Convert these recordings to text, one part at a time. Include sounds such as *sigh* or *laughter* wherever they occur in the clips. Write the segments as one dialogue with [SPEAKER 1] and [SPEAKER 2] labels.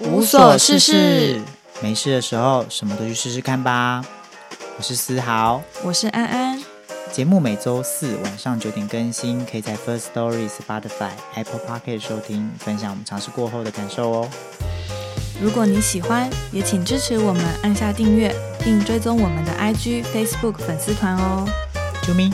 [SPEAKER 1] 无所事事，
[SPEAKER 2] 没事的时候什么都去试试看吧。我是思豪，
[SPEAKER 1] 我是安安，
[SPEAKER 2] 节目每周四晚上九点更新，可以在 First Story、Spotify、Apple Pocket 收听，分享我们尝试过后的感受哦。
[SPEAKER 1] 如果你喜欢，也请支持我们按下订阅，并追踪我们的 IG、Facebook 粉丝团哦。
[SPEAKER 2] 啾咪。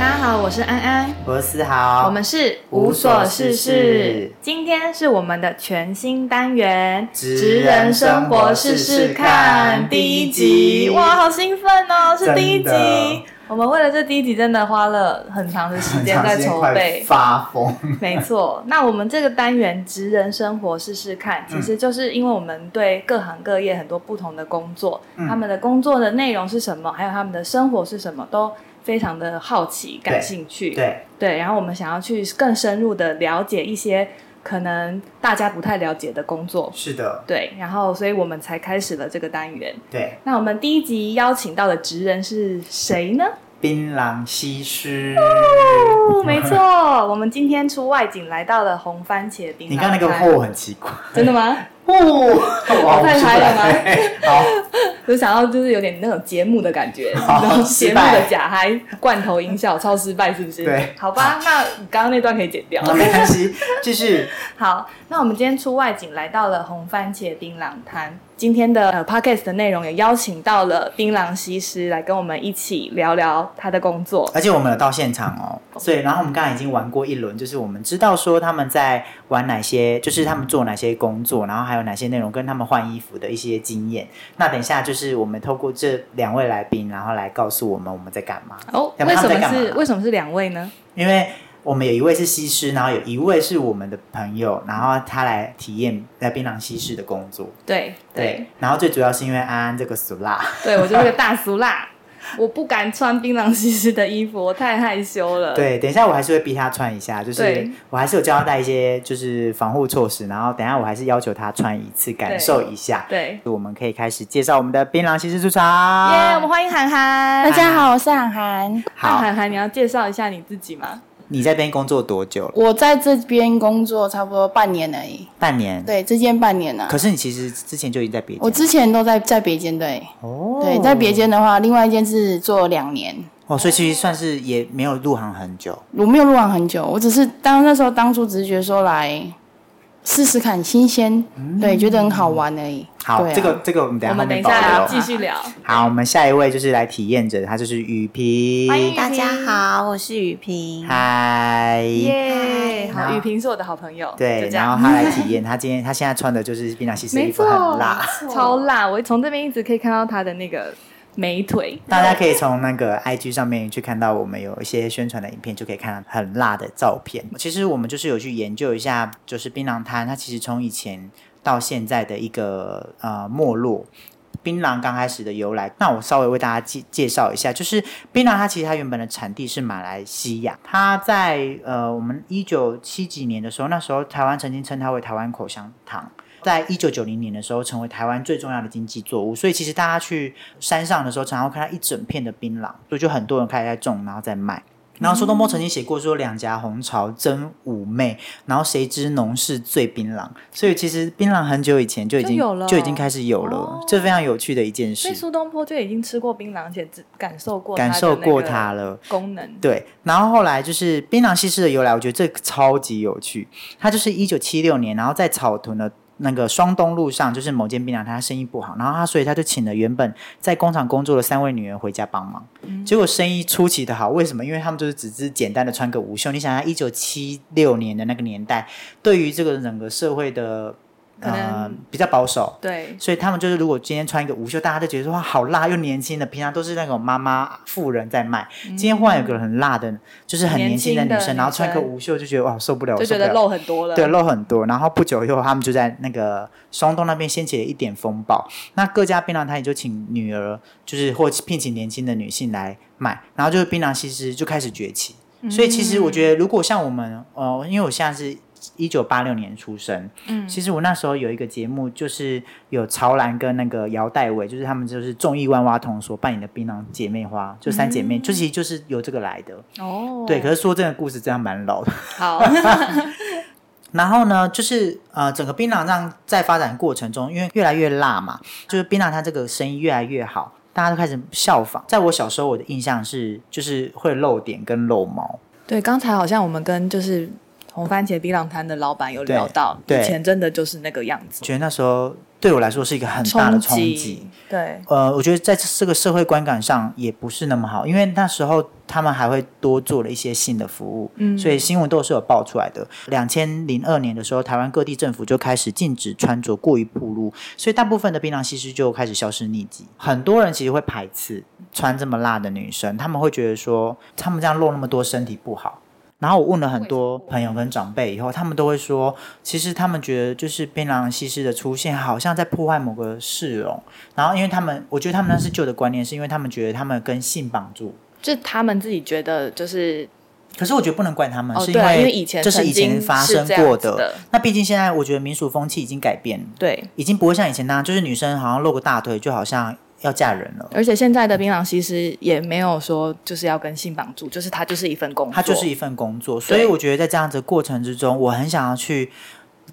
[SPEAKER 1] 大家好，我是安安，
[SPEAKER 2] 我是思豪，
[SPEAKER 1] 我们是
[SPEAKER 2] 无所事事
[SPEAKER 1] 今天是我们的全新单元《
[SPEAKER 2] 职人生活试试看
[SPEAKER 1] 第一集，哇，好兴奋哦，是第一
[SPEAKER 2] 真的
[SPEAKER 1] 集。我们为了这第一集，真的花了很长的时
[SPEAKER 2] 很
[SPEAKER 1] 间
[SPEAKER 2] 长
[SPEAKER 1] 在
[SPEAKER 2] *laughs* 时间
[SPEAKER 1] 筹
[SPEAKER 2] 快
[SPEAKER 1] 备。
[SPEAKER 2] 发疯。 *laughs*
[SPEAKER 1] 没错，那我们这个单元“职人生活试试看”，
[SPEAKER 2] 嗯
[SPEAKER 1] 其实就是因为我们对各行各业很多不同的工作，
[SPEAKER 2] 嗯
[SPEAKER 1] 他们的工作的内容是什么，还有他们的生活是什么，都非常的好奇、感兴趣。
[SPEAKER 2] 对，
[SPEAKER 1] 对然后我们想要去更深入的了解一些可能大家不太了解的工作。
[SPEAKER 2] 是的，
[SPEAKER 1] 对，然后所以我们才开始了这个单元。
[SPEAKER 2] 对，
[SPEAKER 1] 那我们第一集邀请到的职人是谁呢？
[SPEAKER 2] 槟榔西施。嗯
[SPEAKER 1] 哦，没错，我们今天出外景来到了红番茄槟榔摊。
[SPEAKER 2] 你刚那个货很奇怪，
[SPEAKER 1] *laughs* 真的吗？
[SPEAKER 2] 哦，我
[SPEAKER 1] 太嗨了吗 *laughs*
[SPEAKER 2] 吗？好，
[SPEAKER 1] 我想要就是有点那种节目的感觉，
[SPEAKER 2] *laughs* 好
[SPEAKER 1] 然后节
[SPEAKER 2] 失
[SPEAKER 1] 目
[SPEAKER 2] 败
[SPEAKER 1] 的假嗨罐头音效超失败，是不是？
[SPEAKER 2] 对嗯
[SPEAKER 1] 好吧，那刚刚那段可以剪掉。
[SPEAKER 2] 好 *laughs* 没关系，继续。
[SPEAKER 1] 好，那我们今天出外景来到了红番茄槟榔摊。今天的呃 podcast 的内容也邀请到了槟榔西施来跟我们一起聊聊他的工作。
[SPEAKER 2] 而且我们有到现场哦，所以然后我们刚才已经玩过一轮，就是我们知道说他们在玩哪些，就是他们做哪些工作，然后还有哪些内容，跟他们换衣服的一些经验。那等一下就是我们透过这两位来宾，然后来告诉我们我们在干嘛，
[SPEAKER 1] 哦，
[SPEAKER 2] 要不
[SPEAKER 1] 为
[SPEAKER 2] 然他
[SPEAKER 1] 什
[SPEAKER 2] 们在
[SPEAKER 1] 么
[SPEAKER 2] 干嘛
[SPEAKER 1] 是为什么是两位呢？
[SPEAKER 2] 因为。我们有一位是西施，然后有一位是我们的朋友，然后他来体验在槟榔西施的工作。
[SPEAKER 1] 对对，
[SPEAKER 2] 然后最主要是因为安安这个俗辣，
[SPEAKER 1] 对我就是个大俗辣，我不敢穿槟榔西施的衣服，我太害羞了。
[SPEAKER 2] 对，等一下我还是会逼他穿一下，就是
[SPEAKER 1] 对
[SPEAKER 2] 我还是有交代一些就是防护措施，然后等一下我还是要求他穿一次，感受一下。
[SPEAKER 1] 对，
[SPEAKER 2] 我们可以开始介绍我们的槟榔西施出场。
[SPEAKER 1] 耶我们欢迎涵涵。
[SPEAKER 3] 啊大家好，我是涵涵。
[SPEAKER 1] 那
[SPEAKER 2] 好，
[SPEAKER 1] 涵涵，你要介绍一下你自己吗？
[SPEAKER 2] 你在这边工作多久了？
[SPEAKER 3] 我在这边工作差不多半年而已，
[SPEAKER 2] 半年。。
[SPEAKER 3] 对，之间半年啊
[SPEAKER 2] 可。是你其实之前就已经在别间了。
[SPEAKER 3] 我之前都在在别间，对、
[SPEAKER 2] 哦，
[SPEAKER 3] 对，在别间的话，另外一间是做两年，
[SPEAKER 2] 哦，所以其实算是也没有入行很久。
[SPEAKER 3] 我没有入行很久，我只是当那时候当初只是觉得说来试试看新鲜，对，觉得很好玩而已。
[SPEAKER 2] 好，
[SPEAKER 3] 对啊
[SPEAKER 2] 这个这个我们等一
[SPEAKER 1] 我
[SPEAKER 2] 下后
[SPEAKER 1] 们等
[SPEAKER 2] 面
[SPEAKER 1] 一
[SPEAKER 2] 保
[SPEAKER 1] 下
[SPEAKER 2] 留。
[SPEAKER 1] 继续聊。
[SPEAKER 2] 好，我们下一位就是来体验者，他就是雨
[SPEAKER 1] 欢迎
[SPEAKER 2] 萍。
[SPEAKER 4] 大家好，我是雨萍。
[SPEAKER 2] 嗨。
[SPEAKER 1] 耶，
[SPEAKER 2] 嗨
[SPEAKER 1] 好，雨萍是我的好朋友。
[SPEAKER 2] 对
[SPEAKER 1] 就，这
[SPEAKER 2] 然
[SPEAKER 1] 样
[SPEAKER 2] 后他来体验，他今天他现在穿的就是槟榔西施的衣服，很辣。
[SPEAKER 1] 超辣！我从这边一直可以看到他的那个美腿。
[SPEAKER 2] 大家可以从那个 IG 上面去看到我们有一些宣传的影片，就可以看到很辣的照片。其实我们就是有去研究一下，就是槟榔摊，它其实从以前到现在的一个呃没落。槟榔刚开始的由来，那我稍微为大家介介绍一下，就是槟榔它其实它原本的产地是马来西亚，它在呃我们一九七几年的时候，那时候台湾曾经称它为台湾口香糖，在一九九零年的时候成为台湾最重要的经济作物，所以其实大家去山上的时候，常常会看到一整片的槟榔，所以就很多人开始在种，然后再卖。然后苏东坡曾经写过说“两颊红潮真妩媚”，然后谁知农事醉槟榔，所以其实槟榔很久以前就已经
[SPEAKER 1] 就有了
[SPEAKER 2] 已经开始有了，
[SPEAKER 1] 哦
[SPEAKER 2] 这非常有趣的一件
[SPEAKER 1] 所以
[SPEAKER 2] 事，
[SPEAKER 1] 苏东坡就已经吃过槟榔，且只感受过
[SPEAKER 2] 感受过它
[SPEAKER 1] 它的
[SPEAKER 2] 了。
[SPEAKER 1] 那个功能。
[SPEAKER 2] 对，然后后来就是槟榔西施的由来，我觉得这个超级有趣。它就是一九七六年，然后在草屯的那个双东路上，就是某间槟榔摊，他生意不好，然后他所以他就请了原本在工厂工作的三位女人回家帮忙，
[SPEAKER 1] 嗯
[SPEAKER 2] 结果生意出奇的好。为什么？因为他们就是只是简单的穿个无袖。你想想，一九七六年的那个年代，对于这个整个社会的
[SPEAKER 1] 可
[SPEAKER 2] 呃
[SPEAKER 1] 能
[SPEAKER 2] 比较保守，
[SPEAKER 1] 对，
[SPEAKER 2] 所以他们就是，如果今天穿一个无袖，大家都觉得说哇好辣又年轻的，平常都是那种妈妈富人在卖，今天忽然有个很辣的，就是很年轻的女
[SPEAKER 1] 年轻的
[SPEAKER 2] 生，
[SPEAKER 1] 女
[SPEAKER 2] 然后穿个
[SPEAKER 1] 生
[SPEAKER 2] 无袖就觉得哇受不了，
[SPEAKER 1] 就觉
[SPEAKER 2] 受
[SPEAKER 1] 得
[SPEAKER 2] 不了
[SPEAKER 1] 肉很多了。
[SPEAKER 2] 对，露很多。然后不久以后，他们就在那个双东那边掀起了一点风暴。那各家槟榔摊也就请女儿，就是或聘请年轻的女性来卖，然后就是槟榔西施就开始崛起。所以其实我觉得，如果像我们，呃，因为我现在是一九八六年出生。嗯，其实我那时候有一个节目，就是有曹兰跟那个姚黛伟，就是他们就是众议万蛙童所扮演的槟榔姐妹花，就三姐妹，就其实就是由这个来的。
[SPEAKER 1] 哦，
[SPEAKER 2] 对，可是说真的，故事真的蛮老的。 *laughs*
[SPEAKER 1] 好，
[SPEAKER 2] 然后呢，就是呃，整个槟榔让在发展过程中，因为越来越辣嘛，就是槟榔它这个生意越来越好，大家都开始效仿。在我小时候，我的印象是就是会露点跟露毛，
[SPEAKER 1] 对，刚才好像我们跟就是红番茄槟榔摊的老板有聊到，
[SPEAKER 2] 对
[SPEAKER 1] 以
[SPEAKER 2] 对
[SPEAKER 1] 前真的就是那个样子，
[SPEAKER 2] 觉得那时候对我来说是一个很大的冲击。，
[SPEAKER 1] 对，
[SPEAKER 2] 呃，我觉得在这个社会观感上也不是那么好，因为那时候他们还会多做了一些性的服务，
[SPEAKER 1] 嗯
[SPEAKER 2] 所以新闻都是有爆出来的。两千零二年的时候，台湾各地政府就开始禁止穿着过于暴露，所以大部分的槟榔西施就开始销声匿迹。很多人其实会排斥穿这么辣的女生，他们会觉得说，他们这样露那么多身体不好。然后我问了很多朋友跟长辈以后，他们都会说，其实他们觉得就是槟榔西施的出现，好像在破坏某个市容。然后因为他们，我觉得他们那是旧的观念，是因为他们觉得他们跟性绑住。
[SPEAKER 1] 就他们自己觉得就是
[SPEAKER 2] 可是我觉得不能怪他们，
[SPEAKER 1] 哦
[SPEAKER 2] 是
[SPEAKER 1] 对啊因为
[SPEAKER 2] 为
[SPEAKER 1] 以前
[SPEAKER 2] 这是以前
[SPEAKER 1] 曾经
[SPEAKER 2] 发
[SPEAKER 1] 是
[SPEAKER 2] 生
[SPEAKER 1] 这样
[SPEAKER 2] 过
[SPEAKER 1] 子的
[SPEAKER 2] 那毕竟现在我觉得民俗风气已经改变了，
[SPEAKER 1] 对，
[SPEAKER 2] 已经不会像以前那样，就是女生好像露个大腿就好像要嫁人了。
[SPEAKER 1] 而且现在的槟榔西施也没有说就是要跟性绑住，就是它就是一份工作，
[SPEAKER 2] 它就是一份工作，所以我觉得在这样子的过程之中，我很想要去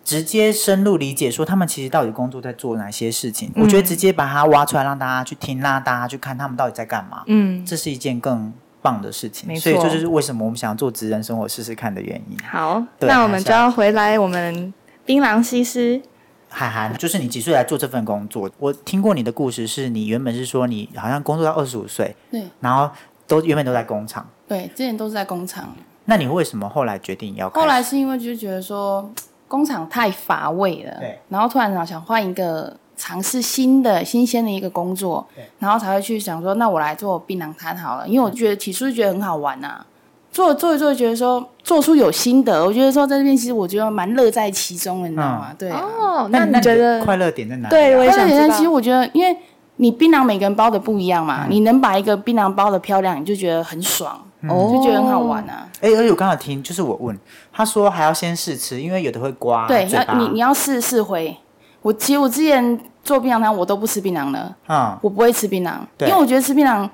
[SPEAKER 2] 直接深入理解，说他们其实到底工作在做哪些事情。
[SPEAKER 1] 嗯
[SPEAKER 2] 我觉得直接把它挖出来，让大家去听，让大家去看他们到底在干嘛，
[SPEAKER 1] 嗯，
[SPEAKER 2] 这是一件更棒的事情。
[SPEAKER 1] 没
[SPEAKER 2] 所以
[SPEAKER 1] 错
[SPEAKER 2] 这就是为什么我们想要做职人生活试试看的原因。
[SPEAKER 1] 好，
[SPEAKER 2] 对
[SPEAKER 1] 那我
[SPEAKER 2] 还
[SPEAKER 1] 们
[SPEAKER 2] 是
[SPEAKER 1] 就要回来我们槟榔西施，
[SPEAKER 2] 海涵，就是你几岁来做这份工作？我听过你的故事，是你原本是说你好像工作到二十五岁，
[SPEAKER 3] 对
[SPEAKER 2] 然后都原本都在工厂，
[SPEAKER 3] 对，之前都是在工厂，
[SPEAKER 2] 那你为什么后来决定要开始？
[SPEAKER 3] 后来是因为就是觉得说工厂太乏味了，
[SPEAKER 2] 对，
[SPEAKER 3] 然后突然想想换一个尝试新的新鲜的一个工作，然后才会去想说，那我来做槟榔摊好了，因为我觉得起初就觉得很好玩呐、做做一做，觉得说做出有心得，我觉得说在这边其实我觉得蛮乐在其中的，你知道吗？对、啊，
[SPEAKER 1] 哦，
[SPEAKER 2] 那
[SPEAKER 1] 你
[SPEAKER 2] 那
[SPEAKER 1] 觉
[SPEAKER 2] 的
[SPEAKER 1] 得
[SPEAKER 2] 快乐点在哪里啊？
[SPEAKER 1] 对我也
[SPEAKER 3] 快乐
[SPEAKER 1] 想
[SPEAKER 3] 点
[SPEAKER 1] 知
[SPEAKER 3] 餐
[SPEAKER 1] 道
[SPEAKER 3] 其实我觉得，因为你槟榔每个人包的不一样嘛，你能把一个槟榔包的漂亮，你就觉得很爽，就觉得很好玩啊。
[SPEAKER 2] 哎、而且我刚好听，就是我问他说还要先试吃，因为有的会刮
[SPEAKER 3] 对，
[SPEAKER 2] 嘴
[SPEAKER 3] 要
[SPEAKER 2] 巴。
[SPEAKER 3] 你你要试试回。我其实我之前做槟榔摊，我都不吃槟榔的，
[SPEAKER 2] 嗯，
[SPEAKER 3] 我不会吃槟榔，
[SPEAKER 2] 对
[SPEAKER 3] 因为我觉得吃槟榔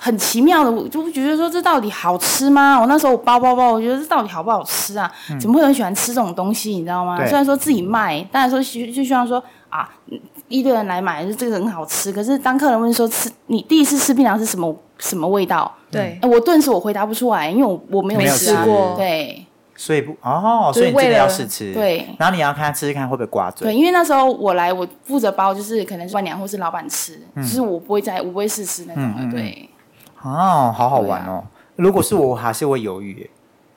[SPEAKER 3] 很奇妙的，我就觉得说这到底好吃吗？我那时候我包包包，我觉得这到底好不好吃啊？怎么会有人喜欢吃这种东西？你知道吗？
[SPEAKER 2] 嗯对
[SPEAKER 3] 虽然说自己卖，当然说希就希望说啊，嗯一堆人来买，就这个很好吃。可是当客人问说吃你第一次吃槟榔是什么什么味道？
[SPEAKER 1] 对，
[SPEAKER 3] 哎我顿时我回答不出来，因为我我没有
[SPEAKER 2] 没有
[SPEAKER 3] 吃啊
[SPEAKER 1] 吃过
[SPEAKER 3] 对
[SPEAKER 2] 所以不哦，
[SPEAKER 1] 就是
[SPEAKER 2] 所以你真
[SPEAKER 1] 为了
[SPEAKER 2] 的要试吃，
[SPEAKER 3] 对
[SPEAKER 2] 然后你要看他吃吃看会不会刮
[SPEAKER 3] 对，
[SPEAKER 2] 嘴。
[SPEAKER 3] 因为那时候我来，我负责包，就是可能是伴娘或是老板吃，就是我不会再我不会试吃那种的，
[SPEAKER 2] 嗯嗯嗯嗯
[SPEAKER 3] 对。
[SPEAKER 2] 哦，好
[SPEAKER 3] 啊
[SPEAKER 2] 好玩哦。如果是我，我还是会犹豫耶。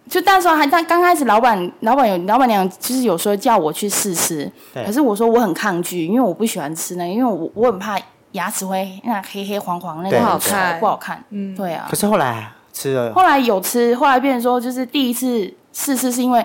[SPEAKER 3] 就那时候还他刚开始，老板老板有老板娘就是有时候叫我去试吃，
[SPEAKER 2] 对
[SPEAKER 3] 可是我说我很抗拒，因为我不喜欢吃那个，因为我我很怕牙齿会那黑黑黄黄那个
[SPEAKER 2] 对不好
[SPEAKER 1] 看
[SPEAKER 3] 不好看。
[SPEAKER 1] 嗯，
[SPEAKER 3] 对啊
[SPEAKER 2] 可，是后来吃了，
[SPEAKER 3] 后来有吃，后来变成说就是第一次试吃是因为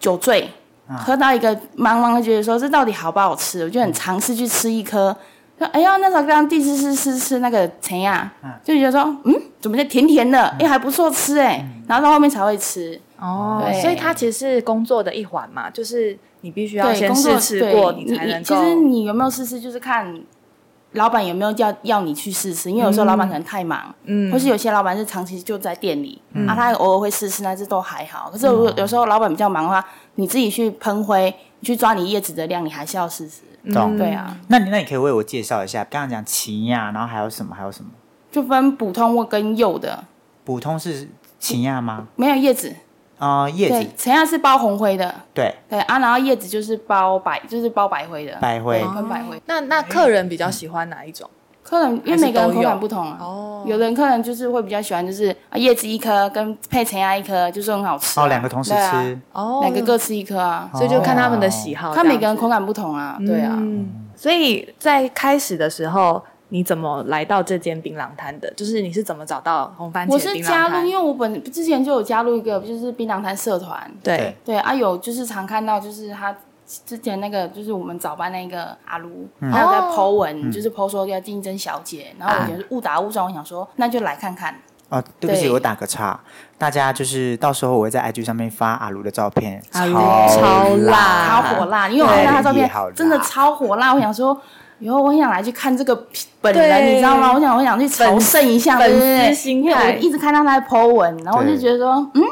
[SPEAKER 3] 酒醉，
[SPEAKER 1] 嗯
[SPEAKER 3] 喝到一个茫茫的觉得说这到底好不好吃，我就很尝试去吃一颗。说哎呀，那时候刚第一次试吃吃那个陈呀，就觉得说嗯，怎么就甜
[SPEAKER 1] 嗯
[SPEAKER 3] 甜的，哎、还不错吃哎、然后到后面才会吃。
[SPEAKER 1] 哦，
[SPEAKER 3] 对
[SPEAKER 1] 所以它其实是工作的一环嘛，就是你必须要
[SPEAKER 3] 对，
[SPEAKER 1] 先
[SPEAKER 3] 工
[SPEAKER 1] 试
[SPEAKER 3] 作
[SPEAKER 1] 吃
[SPEAKER 3] 对
[SPEAKER 1] 过，
[SPEAKER 3] 你
[SPEAKER 1] 才能
[SPEAKER 3] 其实
[SPEAKER 1] 够。
[SPEAKER 3] 你有没有试吃，就是看老板有没有要要你去试吃，因为有时候老板可能太忙，
[SPEAKER 1] 嗯
[SPEAKER 3] 或是有些老板是长期就在店里，啊，他偶尔会试吃，那这都还好。可是
[SPEAKER 1] 嗯
[SPEAKER 3] 有有时候老板比较忙的话，你自己去喷灰，你去抓你叶子的量，你还是要试吃。
[SPEAKER 2] 懂？
[SPEAKER 1] 嗯
[SPEAKER 3] 对啊，
[SPEAKER 2] 那你那你可以为我介绍一下，刚刚讲奇亚，然后还有什么？还有什么？
[SPEAKER 3] 就分普通或跟幼的，
[SPEAKER 2] 普通是奇亚吗？
[SPEAKER 3] 没有叶子。
[SPEAKER 2] 啊、叶
[SPEAKER 3] 对
[SPEAKER 2] 子，
[SPEAKER 3] 陈亚是包红灰的，
[SPEAKER 2] 对，
[SPEAKER 3] 对啊，然后叶子就是包白，就是包白灰的，
[SPEAKER 2] 白灰
[SPEAKER 3] 对跟白灰。
[SPEAKER 1] 那那客人比较喜欢哪一种？
[SPEAKER 3] 客人因为
[SPEAKER 1] 还是
[SPEAKER 3] 每个人
[SPEAKER 1] 都
[SPEAKER 3] 口
[SPEAKER 1] 有
[SPEAKER 3] 感不同啊，
[SPEAKER 1] 哦
[SPEAKER 3] 有的人客人就是会比较喜欢，就是啊叶子一颗跟配陈芽一颗，就是很好吃啊、
[SPEAKER 2] 哦，两个同时
[SPEAKER 3] 对啊
[SPEAKER 2] 吃，
[SPEAKER 1] 哦
[SPEAKER 3] 两个各吃一颗啊，
[SPEAKER 1] 所以就看他们的喜
[SPEAKER 2] 哦
[SPEAKER 1] 好，
[SPEAKER 3] 看每个人口
[SPEAKER 1] 空
[SPEAKER 3] 感不同啊，对啊。
[SPEAKER 1] 哦嗯，所以在开始的时候，你怎么来到这间槟榔摊的？就是你是怎么找到红番茄
[SPEAKER 3] 我是
[SPEAKER 1] 槟榔
[SPEAKER 3] 加入，
[SPEAKER 1] 摊
[SPEAKER 3] 因为我本之前就有加入一个就是槟榔摊社团，
[SPEAKER 1] 对
[SPEAKER 2] 对
[SPEAKER 3] 对啊有就是常看到就是他之前那个就是我们早班那个阿卢，
[SPEAKER 1] 嗯
[SPEAKER 3] 他有在 Po 文，就是 Po 说要竞争小姐，然后我觉得误打误撞，我想说那就来看看，
[SPEAKER 2] 哦，对不起，
[SPEAKER 3] 对
[SPEAKER 2] 我打个岔，大家就是到时候我会在 IG 上面发阿卢的照片，
[SPEAKER 1] 阿卢
[SPEAKER 2] 超
[SPEAKER 1] 超辣
[SPEAKER 3] 超火辣，因为我
[SPEAKER 2] 啊对
[SPEAKER 3] 看到他照
[SPEAKER 2] 也
[SPEAKER 3] 片
[SPEAKER 2] 好辣
[SPEAKER 3] 真的超火辣，我想说。以后我很想来去看这个本人，
[SPEAKER 1] 对
[SPEAKER 3] 你知道吗？我想我想去朝圣一下，
[SPEAKER 1] 粉
[SPEAKER 3] 对不对
[SPEAKER 1] 粉丝心态
[SPEAKER 3] 因为我一直看到他在 po 文，然后我就
[SPEAKER 2] 对
[SPEAKER 3] 觉得说，嗯，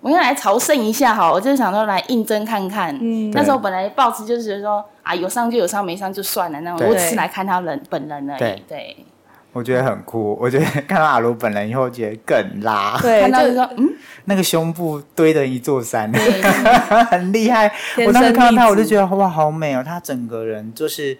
[SPEAKER 3] 我想来朝圣一下好，我就想说来应征看看。
[SPEAKER 1] 嗯
[SPEAKER 3] 那时候本来抱持就是觉得说啊，有上就有上，没上就算了，那
[SPEAKER 2] 对
[SPEAKER 3] 我只是来看他人本人而已
[SPEAKER 2] 对。
[SPEAKER 3] 对，
[SPEAKER 2] 我觉得很酷。我觉得看到阿卢本人以后，觉得更
[SPEAKER 1] *laughs*
[SPEAKER 2] 辣，
[SPEAKER 1] 对，
[SPEAKER 3] 看到就
[SPEAKER 1] 就
[SPEAKER 3] 说嗯，
[SPEAKER 2] *laughs* 那个胸部堆成一座山，
[SPEAKER 3] 对
[SPEAKER 2] *laughs* 很厉害。
[SPEAKER 1] 天生
[SPEAKER 2] 我当时看
[SPEAKER 1] 丽
[SPEAKER 2] 到他，
[SPEAKER 1] 质
[SPEAKER 2] 我就觉得哇，好美哦！他整个人就是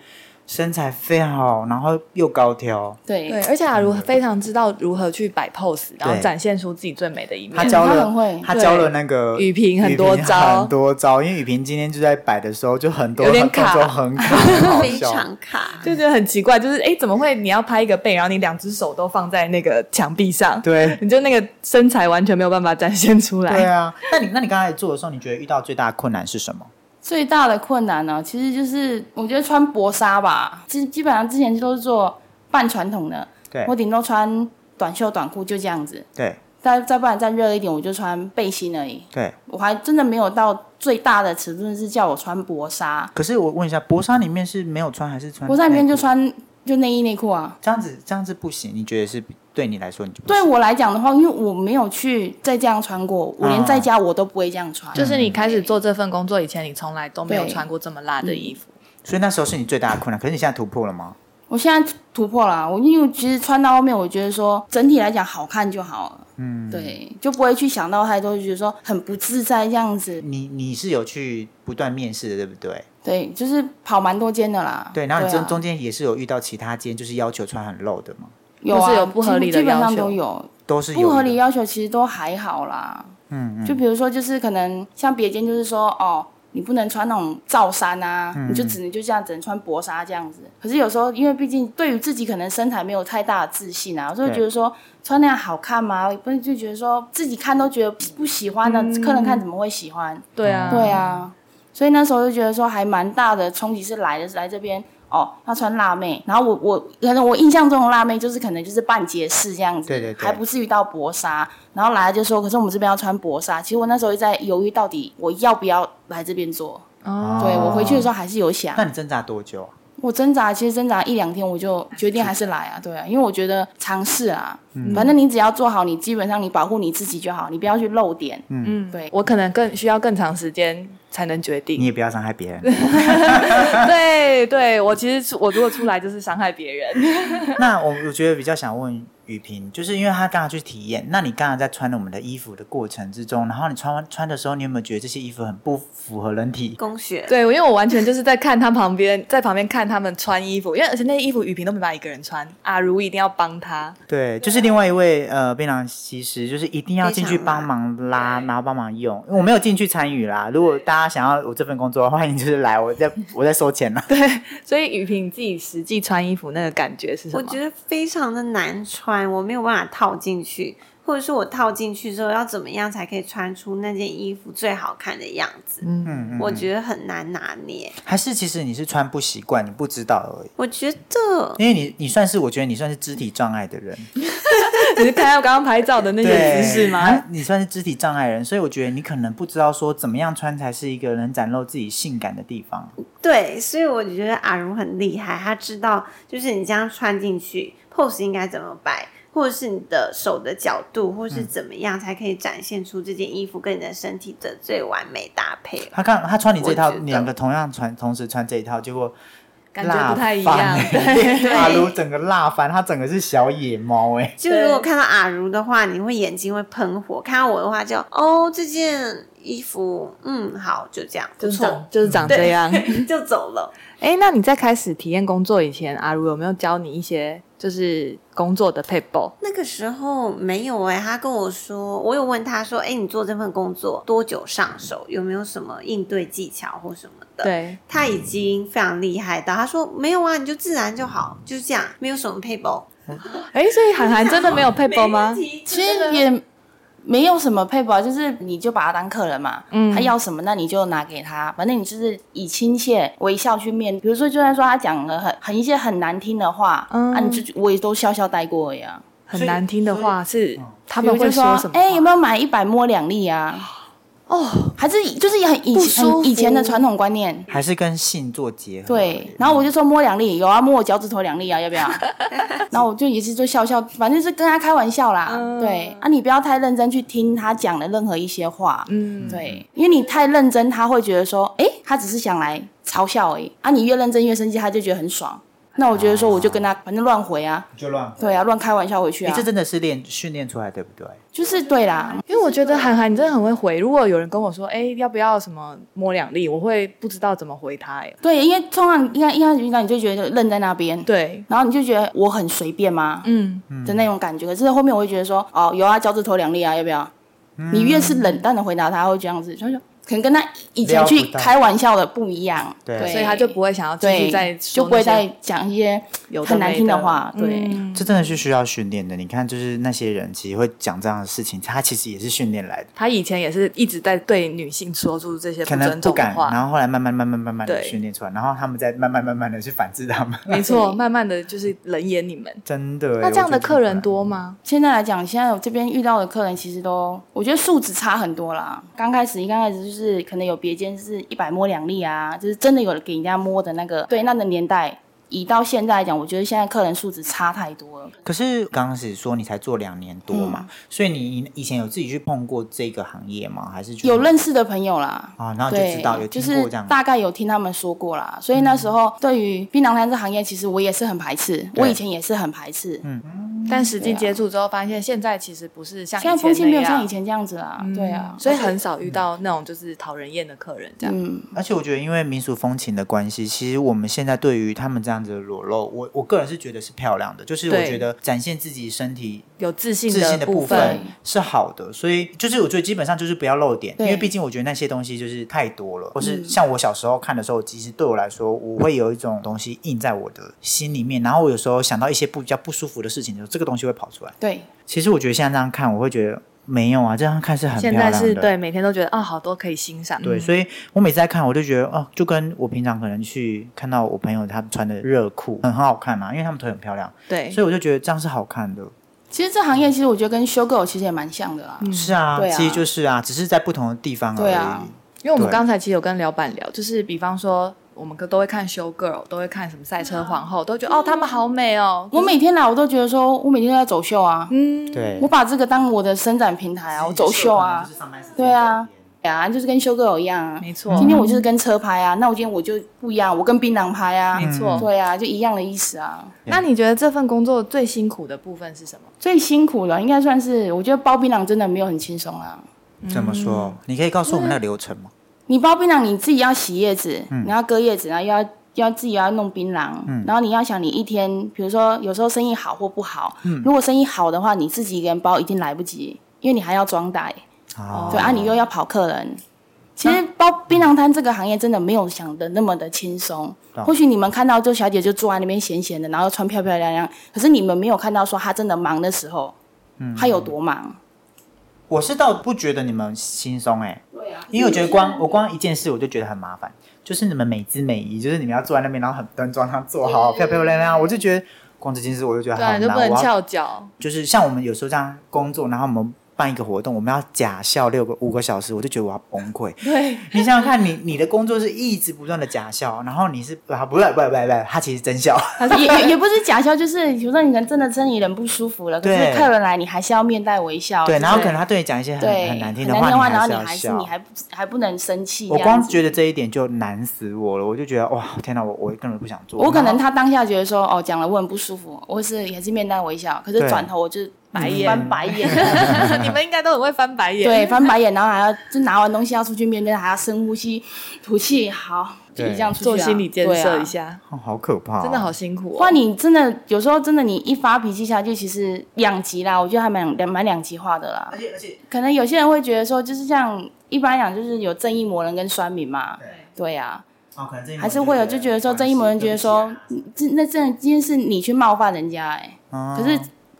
[SPEAKER 2] 身材非常好，然后又高挑。
[SPEAKER 1] 对
[SPEAKER 3] 对，，
[SPEAKER 1] 而且阿如非常知道如何去摆 pose，然后展现出自己最美的一
[SPEAKER 2] 他
[SPEAKER 1] 面。
[SPEAKER 2] 教
[SPEAKER 3] 他
[SPEAKER 2] 了
[SPEAKER 3] 很会
[SPEAKER 2] 他教了那个
[SPEAKER 1] 对雨萍很多招
[SPEAKER 2] 很多招。因为雨萍今天就在摆的时候，就很多
[SPEAKER 1] 有点卡
[SPEAKER 2] 动作很卡，很
[SPEAKER 1] *laughs*
[SPEAKER 2] 好
[SPEAKER 4] 非
[SPEAKER 2] 笑。
[SPEAKER 4] 常卡。
[SPEAKER 1] 就觉得很奇怪，就是哎，诶怎么会你要拍一个背，然后你两只手都放在那个墙壁上？
[SPEAKER 2] 对
[SPEAKER 1] 你就那个身材完全没有办法展现出
[SPEAKER 2] 对
[SPEAKER 1] 来。
[SPEAKER 2] 啊，那你那你刚才做的时候，你觉得遇到最大的困难是什么？
[SPEAKER 3] 最大的困难呢，其实就是我觉得穿薄纱吧，基基本上之前都是做半传统的，
[SPEAKER 2] 对
[SPEAKER 3] 我顶多穿短袖短裤就这样子，
[SPEAKER 2] 对
[SPEAKER 3] 再再不然再热一点我就穿背心而已，
[SPEAKER 2] 对。
[SPEAKER 3] 我还真的没有到最大的尺寸是叫我穿薄纱，
[SPEAKER 2] 可是我问一下，薄纱里面是没有穿还是穿？哎
[SPEAKER 3] 薄纱里面就穿就内衣内裤啊。
[SPEAKER 2] 这样子，这样子不行。你觉得是对你来说，你就不
[SPEAKER 3] 对
[SPEAKER 2] 行
[SPEAKER 3] 我来讲的话，因为我没有去再这样穿过，我
[SPEAKER 2] 啊
[SPEAKER 3] 连在家我都不会这样穿。
[SPEAKER 1] 就是你开始做这份工作以前，你从来都没有
[SPEAKER 3] 对嗯
[SPEAKER 1] 穿过这么辣的衣服。
[SPEAKER 2] 所以那时候是你最大的困难。可是你现在突破了吗？
[SPEAKER 3] 我现在突破了啊，我因为其实穿到后面，我觉得说整体来讲好看就好了，嗯，对，就不会去想到太多，就觉得说很不自在这样子，
[SPEAKER 2] 你你是有去不断面试的，对不对？
[SPEAKER 3] 对，就是跑蛮多间的啦，
[SPEAKER 2] 对，然后你
[SPEAKER 3] 啊
[SPEAKER 2] 中中间也是有遇到其他间就是要求穿很露的嘛，
[SPEAKER 3] 有
[SPEAKER 1] 或
[SPEAKER 3] 啊，
[SPEAKER 1] 是有不合理的
[SPEAKER 3] 基本
[SPEAKER 1] 要
[SPEAKER 3] 上
[SPEAKER 1] 求
[SPEAKER 3] 都有，
[SPEAKER 2] 都是有
[SPEAKER 3] 不合理啊
[SPEAKER 2] 的
[SPEAKER 3] 要求其实都还好啦，嗯嗯，就比如说就是可能像别间就是说哦。你不能穿那种罩衫啊，
[SPEAKER 2] 嗯
[SPEAKER 3] 你就只能就这样，只能穿薄纱这样子。可是有时候，因为毕竟对于自己可能身材没有太大的自信啊，所以
[SPEAKER 2] 对
[SPEAKER 3] 觉得说穿那样好看吗？不是就觉得说自己看都觉得不喜欢的，
[SPEAKER 2] 嗯
[SPEAKER 3] 客人看怎么会喜欢？
[SPEAKER 1] 对啊，
[SPEAKER 3] 对啊，所以那时候就觉得说还蛮大的冲击是来的，来这边哦，要穿辣妹，然后我我可能我印象中的辣妹就是可能就是半截式这样子，
[SPEAKER 2] 对对对
[SPEAKER 3] 还不至于到薄纱，然后来了就说，可是我们这边要穿薄纱，其实我那时候在犹豫到底我要不要来这边做，
[SPEAKER 1] 哦，
[SPEAKER 3] 对我回去的时候还是有想，
[SPEAKER 2] 那你挣扎多久啊？
[SPEAKER 3] 我挣扎，其实挣扎一两天，我就决定还是来啊，对啊，因为我觉得尝试啊，反正你只要做好，你基本上你保护你自己就好，你不要去露点，
[SPEAKER 1] 嗯，
[SPEAKER 3] 对
[SPEAKER 1] 我可能更需要更长时间才能决定 *laughs*
[SPEAKER 2] 你。也不要伤害别人。
[SPEAKER 1] 对对，我其实出我如果出来就是伤害别人。 *laughs*
[SPEAKER 2] 那我我觉得比较想问雨萍，就是因为她刚刚去体验，那你刚刚在穿我们的衣服的过程之中，然后你穿完穿的时候，你有没有觉得这些衣服很不符合人体？
[SPEAKER 4] 公学
[SPEAKER 1] 对，因为我完全就是在看他旁边，在旁边看他们穿衣服，因为而且那些衣服雨萍都没办法一个人穿，阿如一定要帮他。
[SPEAKER 2] 对，就是另外一位呃槟榔西施，就是一定要进去
[SPEAKER 4] 非常
[SPEAKER 2] 帮忙拉，然后帮忙用。因为我没有进去参与啦，如果大家想要我这份工作，欢迎就是来，我在我在收钱啦。 *laughs*
[SPEAKER 1] 所以雨萍自己实际穿衣服那个感觉是什么？
[SPEAKER 4] 我觉得非常的难穿，我没有办法套进去，或者是我套进去之后要怎么样才可以穿出那件衣服最好看的样子？
[SPEAKER 2] 嗯，嗯
[SPEAKER 4] 我觉得很难拿捏。
[SPEAKER 2] 还是其实你是穿不习惯，你不知道而已。
[SPEAKER 4] 我觉得
[SPEAKER 2] 因为你，你算是我觉得你算是肢体障碍的人，
[SPEAKER 1] 你是看到刚刚拍照的那些姿势吗？
[SPEAKER 2] 啊你算是肢体障碍人，所以我觉得你可能不知道说怎么样穿才是一个能展露自己性感的地方。
[SPEAKER 4] 对，所以我觉得阿如很厉害，她知道就是你这样穿进去，pose 应该怎么摆，或者是你的手的角度，或
[SPEAKER 2] 嗯
[SPEAKER 4] 是怎么样才可以展现出这件衣服跟你的身体的最完美搭配。
[SPEAKER 2] 他看他穿你这套，
[SPEAKER 4] 我觉得
[SPEAKER 2] 两个同样穿，同时穿这一套，结果
[SPEAKER 1] 感觉不太一样 *laughs*
[SPEAKER 2] 辣。翻欸 *laughs*
[SPEAKER 1] 啊
[SPEAKER 2] 阿如整个辣翻，他整个是小野猫哎、
[SPEAKER 4] 就如果看到阿如的话，你会眼睛会喷火；看到我的话就，哦，这件衣服，嗯，好，就这样，不
[SPEAKER 1] 就是
[SPEAKER 4] 错
[SPEAKER 1] 长，就是长这样。
[SPEAKER 4] *laughs* 就走了。
[SPEAKER 1] 哎、那你在开始体验工作以前，阿如有没有教你一些就是工作的 p a p e
[SPEAKER 4] 那个时候没有哎、他跟我说，我有问他说，哎、你做这份工作多久上手？有没有什么应对技巧或什么的？
[SPEAKER 1] 对，
[SPEAKER 4] 他已经非常厉害到，他说没有啊，你就自然就好，就是这样，没有什么配包。
[SPEAKER 1] 哎、所以涵涵真的没有 p a p e 吗？
[SPEAKER 4] 其
[SPEAKER 3] 其实也没有什么配保，就是你就把他当客人嘛，
[SPEAKER 1] 嗯
[SPEAKER 3] 他要什么那你就拿给他，反正你就是以亲切微笑去面。比如说，就算说他讲了很很一些很难听的话，
[SPEAKER 1] 嗯
[SPEAKER 3] 啊，你就我也都笑笑带过而已啊。
[SPEAKER 1] 很难听的话是
[SPEAKER 3] 嗯
[SPEAKER 1] 他们
[SPEAKER 3] 比
[SPEAKER 1] 会
[SPEAKER 3] 如就说
[SPEAKER 1] 什么话？
[SPEAKER 3] 哎、有没有买一百摸两粒啊？
[SPEAKER 1] 哦，
[SPEAKER 3] 还是就是很以
[SPEAKER 1] 不舒
[SPEAKER 3] 前
[SPEAKER 1] 服
[SPEAKER 3] 以前的传统观念。
[SPEAKER 2] 还是跟性做结合。
[SPEAKER 3] 对，然后我就说摸两粒，有啊，摸我脚趾头两粒啊，要不 *laughs* 要？然后我就也是就笑笑，反正是跟他开玩笑啦。
[SPEAKER 2] 嗯
[SPEAKER 3] 对啊，你不要太认真去听他讲的任何一些话，
[SPEAKER 1] 嗯，
[SPEAKER 3] 对，因为你太认真，他会觉得说，哎、他只是想来嘲笑而已啊。你越认真越生气，他就觉得很爽。那我觉得说，我就跟他反正乱回啊，
[SPEAKER 2] 就乱。
[SPEAKER 3] 对啊，乱开玩笑回去
[SPEAKER 2] 哎，
[SPEAKER 3] 啊
[SPEAKER 2] 这，真的是练训练出来，对不对？
[SPEAKER 3] 就是对啦，
[SPEAKER 1] 因为我觉得韩寒你真的很会回。如果有人跟我说，哎、要不要什么摸两粒，我会不知道怎么回他、哎，
[SPEAKER 3] 对，因为通常应该一开始遇到你就觉得愣在那边，
[SPEAKER 1] 对，
[SPEAKER 3] 然后你就觉得我很随便吗、
[SPEAKER 1] 嗯，
[SPEAKER 3] 的那种感觉。可是后面我会觉得说，哦，有啊，脚趾头两粒啊，要不要？
[SPEAKER 2] 嗯
[SPEAKER 3] 你越是冷淡的回答他，他会这样子，他就可能跟他以前去
[SPEAKER 2] 撩不到
[SPEAKER 3] 开玩笑的不一样，
[SPEAKER 2] 对
[SPEAKER 1] 所以他就不
[SPEAKER 3] 会
[SPEAKER 1] 会想要继续
[SPEAKER 3] 对，
[SPEAKER 1] 再
[SPEAKER 3] 就
[SPEAKER 1] 说
[SPEAKER 3] 不
[SPEAKER 1] 那
[SPEAKER 3] 会
[SPEAKER 1] 些
[SPEAKER 3] 再讲一些
[SPEAKER 1] 有的
[SPEAKER 3] 很难
[SPEAKER 1] 没
[SPEAKER 3] 听的
[SPEAKER 1] 的
[SPEAKER 3] 话，对。
[SPEAKER 1] 嗯
[SPEAKER 2] 这真的是需要训练的。你看，就是那些人其实会讲这样的事情，他其实也是训练来的，
[SPEAKER 1] 他以前也是一直在对女性说出这些
[SPEAKER 2] 可能
[SPEAKER 1] 尊
[SPEAKER 2] 不
[SPEAKER 1] 重的
[SPEAKER 2] 敢，然
[SPEAKER 1] 话，
[SPEAKER 2] 后后来慢慢慢慢慢慢的
[SPEAKER 1] 对
[SPEAKER 2] 训练出来，然后他们再慢慢慢慢的去反制他们。
[SPEAKER 1] 没错，慢慢的就是冷眼你们。
[SPEAKER 2] 真的耶，欸
[SPEAKER 1] 那这样的
[SPEAKER 2] 我觉得
[SPEAKER 1] 客人多吗？
[SPEAKER 3] 现在来讲，现在我这边遇到的客人其实都，我觉得素质差很多啦。刚开始一刚开始就是可能有别间是一百摸两粒啊，就是真的有给人家摸的那个。对，那个年代，以到现在来讲，我觉得现在客人素质差太多了。
[SPEAKER 2] 可是刚开始说你才做两年多
[SPEAKER 1] 嗯
[SPEAKER 2] 嘛，所以你以前有自己去碰过这个行业吗？还是就是
[SPEAKER 3] 有认识的朋友啦，
[SPEAKER 2] 啊？然后就
[SPEAKER 3] 对，
[SPEAKER 2] 知道有
[SPEAKER 3] 就
[SPEAKER 2] 听
[SPEAKER 3] 是
[SPEAKER 2] 过这样。嗯
[SPEAKER 3] 大概有听他们说过啦。所以那时候对于槟榔摊这行业，其实我也是很排斥，我以前也是很排斥。
[SPEAKER 2] 嗯
[SPEAKER 1] 但实
[SPEAKER 2] 啊
[SPEAKER 1] 际接触之后，发现现在其实不是像以
[SPEAKER 3] 现在
[SPEAKER 1] 前
[SPEAKER 3] 风气没有像以
[SPEAKER 1] 前
[SPEAKER 3] 前这样子啦，
[SPEAKER 1] 那样，
[SPEAKER 3] 对啊
[SPEAKER 1] 啊嗯，所以很少遇到那种就是讨人厌的客人这样。
[SPEAKER 3] 嗯。
[SPEAKER 2] 而且我觉得，因为民俗风情的关系，其实我们现在对于他们这样子的裸露，我我个人是觉得是漂亮的，就是我
[SPEAKER 1] 对
[SPEAKER 2] 觉得展现自己身体
[SPEAKER 1] 有自信
[SPEAKER 2] 自信的部
[SPEAKER 1] 部
[SPEAKER 2] 分
[SPEAKER 1] 分，
[SPEAKER 2] 是好的，所以就是我觉得基本上就是不要露点，因
[SPEAKER 3] 对
[SPEAKER 2] 为毕竟我觉得那些东西就是太多了，或
[SPEAKER 1] 嗯
[SPEAKER 2] 是像我小时候看的时候，其实对我来说，我会有一种东西印在我的心里面，然后我有时候想到一些不比较不舒服的事情的时候，这个东西会跑出来。
[SPEAKER 3] 对，
[SPEAKER 2] 其实我觉得现在这样看，我会觉得没有啊，这样看是很漂
[SPEAKER 1] 现
[SPEAKER 2] 亮
[SPEAKER 1] 在
[SPEAKER 2] 的。
[SPEAKER 1] 是对每嗯天都觉得啊，好多可以欣赏。
[SPEAKER 2] 对，所以我每次在看，我就觉得哦，就跟我平常可能去看到我朋友他们穿的热裤很好看嘛，因为他们腿很漂亮，
[SPEAKER 1] 对，
[SPEAKER 2] 所以我就觉得这样是好看的。
[SPEAKER 3] 其实这行业其实我觉得跟修 girl 其实也蛮像的啦。
[SPEAKER 1] 嗯
[SPEAKER 2] 是啊，
[SPEAKER 3] 对啊
[SPEAKER 2] 其实就是啊，只是在不同的地方而已。
[SPEAKER 3] 对啊
[SPEAKER 1] 因为我们
[SPEAKER 2] 对
[SPEAKER 1] 刚才其实有跟老板聊，就是比方说我们都会看 show girl，都会看什么赛车皇后，都觉得哦她们好美哦。
[SPEAKER 3] 我每天来，我都觉得说，我每天都在走秀啊，
[SPEAKER 1] 嗯，
[SPEAKER 2] 对
[SPEAKER 3] 我把这个当我的伸展平台啊，我走秀啊，对啊，对啊，就是跟修 girl 一样啊。
[SPEAKER 1] 没错，
[SPEAKER 3] 今天我就是跟车拍啊，那我今天我就不一样，我跟槟榔拍啊，
[SPEAKER 1] 没错。
[SPEAKER 3] 对啊，就一样的意思啊。
[SPEAKER 1] 那你觉得这份工作最辛苦的部分是什么？
[SPEAKER 3] 最辛苦了，应该算是我觉得包槟榔真的没有很轻松啊。
[SPEAKER 2] 嗯怎么
[SPEAKER 3] 嗯
[SPEAKER 2] 说？你可以告诉我们那个流程吗？
[SPEAKER 3] 你包槟榔，你自己要洗叶子，你要割叶子，然后又要要自己要弄槟榔，然后你要想你一天，比如说有时候生意好或不好，如果生意好的话，你自己一个人包一定来不及，因为你还要装袋，
[SPEAKER 2] 啊
[SPEAKER 3] 对啊，你又要跑客人。其实包槟榔摊这个行业真的没有想的那么的轻松。或许你们看到这小姐就坐在那边闲闲的，然后穿漂漂亮亮，可是你们没有看到说她真的忙的时候，她有多忙。
[SPEAKER 2] 我是倒不觉得你们轻松哎，对啊，因为我觉得
[SPEAKER 3] 嗯
[SPEAKER 2] 光我光一件事我就觉得很麻烦，就是你们美姿美仪，就是你们要坐在那边，然后很端庄，然后坐好
[SPEAKER 3] 嗯
[SPEAKER 2] 漂漂亮亮，我就觉得光这件事我就觉得
[SPEAKER 1] 对
[SPEAKER 2] 嗯好
[SPEAKER 1] 啊，
[SPEAKER 2] 难，
[SPEAKER 1] 你都不能
[SPEAKER 2] 我要
[SPEAKER 1] 翘脚。
[SPEAKER 2] 就是像我们有时候这样工作，然后我们办一个活动，我们要假笑六个五个小时，我就觉得我要崩溃。
[SPEAKER 1] 对，
[SPEAKER 2] 你想想看你，你的工作是一直不断的假笑，然后你是啊不对不对不对不对，他其实真笑，
[SPEAKER 3] 也也也
[SPEAKER 2] *laughs*
[SPEAKER 3] 不是假笑，就是比如说你人真的真的人不舒服了，可
[SPEAKER 2] 对
[SPEAKER 3] 是客人来你还是要面带微笑。
[SPEAKER 2] 对，
[SPEAKER 3] 就是
[SPEAKER 2] 然后可能他对你讲一些很
[SPEAKER 3] 对
[SPEAKER 2] 很难听的
[SPEAKER 3] 的
[SPEAKER 2] 话，
[SPEAKER 3] 话，然后
[SPEAKER 2] 你
[SPEAKER 3] 你
[SPEAKER 2] 还
[SPEAKER 3] 还
[SPEAKER 2] 是
[SPEAKER 3] 是
[SPEAKER 2] 要
[SPEAKER 3] 你
[SPEAKER 2] 笑。
[SPEAKER 3] 还不还不能生气。
[SPEAKER 2] 我
[SPEAKER 3] 这样
[SPEAKER 2] 光
[SPEAKER 3] 子
[SPEAKER 2] 觉得这一点就难死我了，我就觉得哇天哪，我我根本不想做。
[SPEAKER 3] 我可
[SPEAKER 2] 然
[SPEAKER 3] 能
[SPEAKER 2] 后
[SPEAKER 3] 他当下觉得说哦讲了我很不舒服，我是也是面带微笑，可是
[SPEAKER 2] 对
[SPEAKER 3] 转头我就
[SPEAKER 1] 嗯白眼
[SPEAKER 3] 翻白 *laughs* 眼，
[SPEAKER 1] *laughs* 你们应该都很会翻白眼。
[SPEAKER 3] 对，翻白眼，然后还要就拿完东西要出去面对，还要深呼吸吐气，好，就
[SPEAKER 2] 对
[SPEAKER 3] 这样出去
[SPEAKER 1] 做
[SPEAKER 3] 啊
[SPEAKER 1] 心理建设一。
[SPEAKER 3] 对啊
[SPEAKER 1] 下，
[SPEAKER 2] 哦好可怕哦，
[SPEAKER 1] 真的好辛苦、哦。
[SPEAKER 3] 不然你真的有时候真的你一发脾气下去，其实两极啦，我觉得还蛮两蛮两极化的啦。
[SPEAKER 2] 且而且
[SPEAKER 3] 可能有些人会觉得说，就是像一般来讲，就是有正义魔人跟酸民嘛，对呀、
[SPEAKER 2] 哦可能这一
[SPEAKER 3] 啊，
[SPEAKER 2] 幕
[SPEAKER 3] 还是会有就觉得说，正义魔人觉得说，嗯这那这件事你去冒犯人家、欸，哎、
[SPEAKER 2] 可
[SPEAKER 3] 可是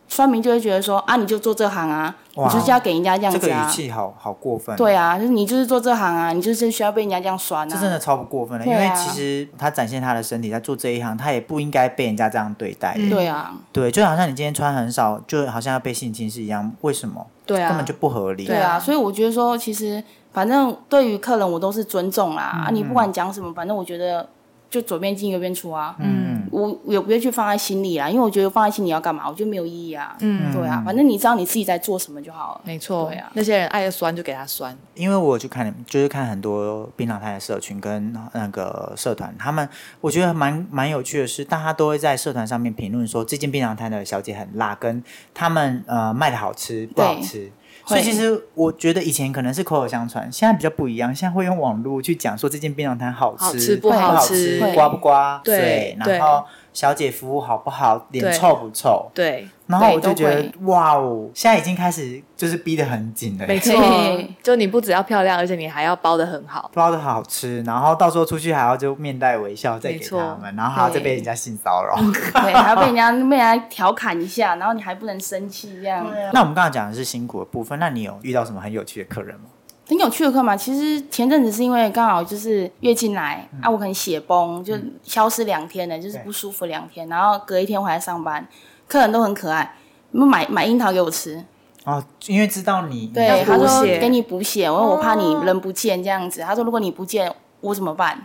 [SPEAKER 3] 酸民就会觉得说啊，你就做这行啊，你
[SPEAKER 2] 哇
[SPEAKER 3] 就是要给人家这样
[SPEAKER 2] 这个
[SPEAKER 3] 子
[SPEAKER 2] 语
[SPEAKER 3] 啊，
[SPEAKER 2] 气好好过分。
[SPEAKER 3] 对。啊，就是你就是做这行啊，你就是需要被人家这样酸
[SPEAKER 2] 这真
[SPEAKER 3] 啊。
[SPEAKER 2] 的超不过分了，因
[SPEAKER 3] 对啊
[SPEAKER 2] 为其实他展现他的身体，在做这一行，他也不应该被人家这样对待。
[SPEAKER 3] 对啊，
[SPEAKER 2] 对，就好像你今天穿很少，就好像要被性侵是一样，为什么？
[SPEAKER 1] 对啊，
[SPEAKER 2] 根本就不合理。
[SPEAKER 3] 对
[SPEAKER 1] 对
[SPEAKER 3] 啊，
[SPEAKER 1] 啊
[SPEAKER 3] 所以我觉得说，其实反正对于客人我都是尊重啦，啊，你不管讲什么，反正我觉得就左边进右边出啊，
[SPEAKER 2] 嗯，
[SPEAKER 3] 我也不会去放在心里啦，因为我觉得放在心里要干嘛，我觉得没有意义啊，
[SPEAKER 1] 嗯
[SPEAKER 3] 对啊，反正你知道你自己在做什么就好了，
[SPEAKER 1] *laughs* 没错，
[SPEAKER 3] 对啊
[SPEAKER 1] 那些人爱酸就给他酸，
[SPEAKER 2] 因为我有去看，就是看很多槟榔摊的社群跟那个社团，他们我觉得蛮蛮有趣的是，大家都会在社团上面评论说这间槟榔摊的小姐很辣，跟他们呃卖的好吃不好吃。所以
[SPEAKER 3] 会
[SPEAKER 2] 其实我觉得以前可能是口口相传，现在比较不一样，现在会用网络去讲说这间槟榔摊好吃
[SPEAKER 1] 好吃不
[SPEAKER 2] 不
[SPEAKER 1] 好
[SPEAKER 2] 吃
[SPEAKER 1] 吃，
[SPEAKER 2] 刮不刮，
[SPEAKER 1] 对对
[SPEAKER 2] 然后小姐服务好不好，脸
[SPEAKER 1] 对
[SPEAKER 2] 臭不臭，
[SPEAKER 1] 对，
[SPEAKER 2] 然后
[SPEAKER 3] 对
[SPEAKER 2] 我就
[SPEAKER 3] 都
[SPEAKER 2] 觉得
[SPEAKER 3] 会
[SPEAKER 2] 哇哦，现在已经开始就是逼得很紧了耶，
[SPEAKER 1] 没错
[SPEAKER 3] 对，
[SPEAKER 1] 就你不只要漂亮，而且你还要包的很好，
[SPEAKER 2] 包的好吃，然后到时候出去还要就面带微笑再
[SPEAKER 1] 没
[SPEAKER 2] 给
[SPEAKER 1] 错
[SPEAKER 2] 他们，然后还要再
[SPEAKER 3] 对嗯
[SPEAKER 2] 被人家性骚扰。
[SPEAKER 3] 对，还要被人家被人家调侃一下，然后你还不能生气这样。
[SPEAKER 2] 那我们刚才讲的是辛苦的部分，那你有遇到什么很有趣的客人吗？
[SPEAKER 3] 很有趣的课嘛，其实前阵子是因为刚好就是月经来、啊，我可能血崩，就消失两天了，就是
[SPEAKER 2] 对
[SPEAKER 3] 不舒服两天，然后隔一天回来上班，客人都很可爱，买买樱桃给我吃，
[SPEAKER 2] 哦，因为知道你你
[SPEAKER 3] 对，
[SPEAKER 2] 要哦
[SPEAKER 3] 他
[SPEAKER 1] 补
[SPEAKER 3] 说
[SPEAKER 1] 血
[SPEAKER 3] 给你补血，我说我怕你人不见这样子，他说如果你不见我怎么办？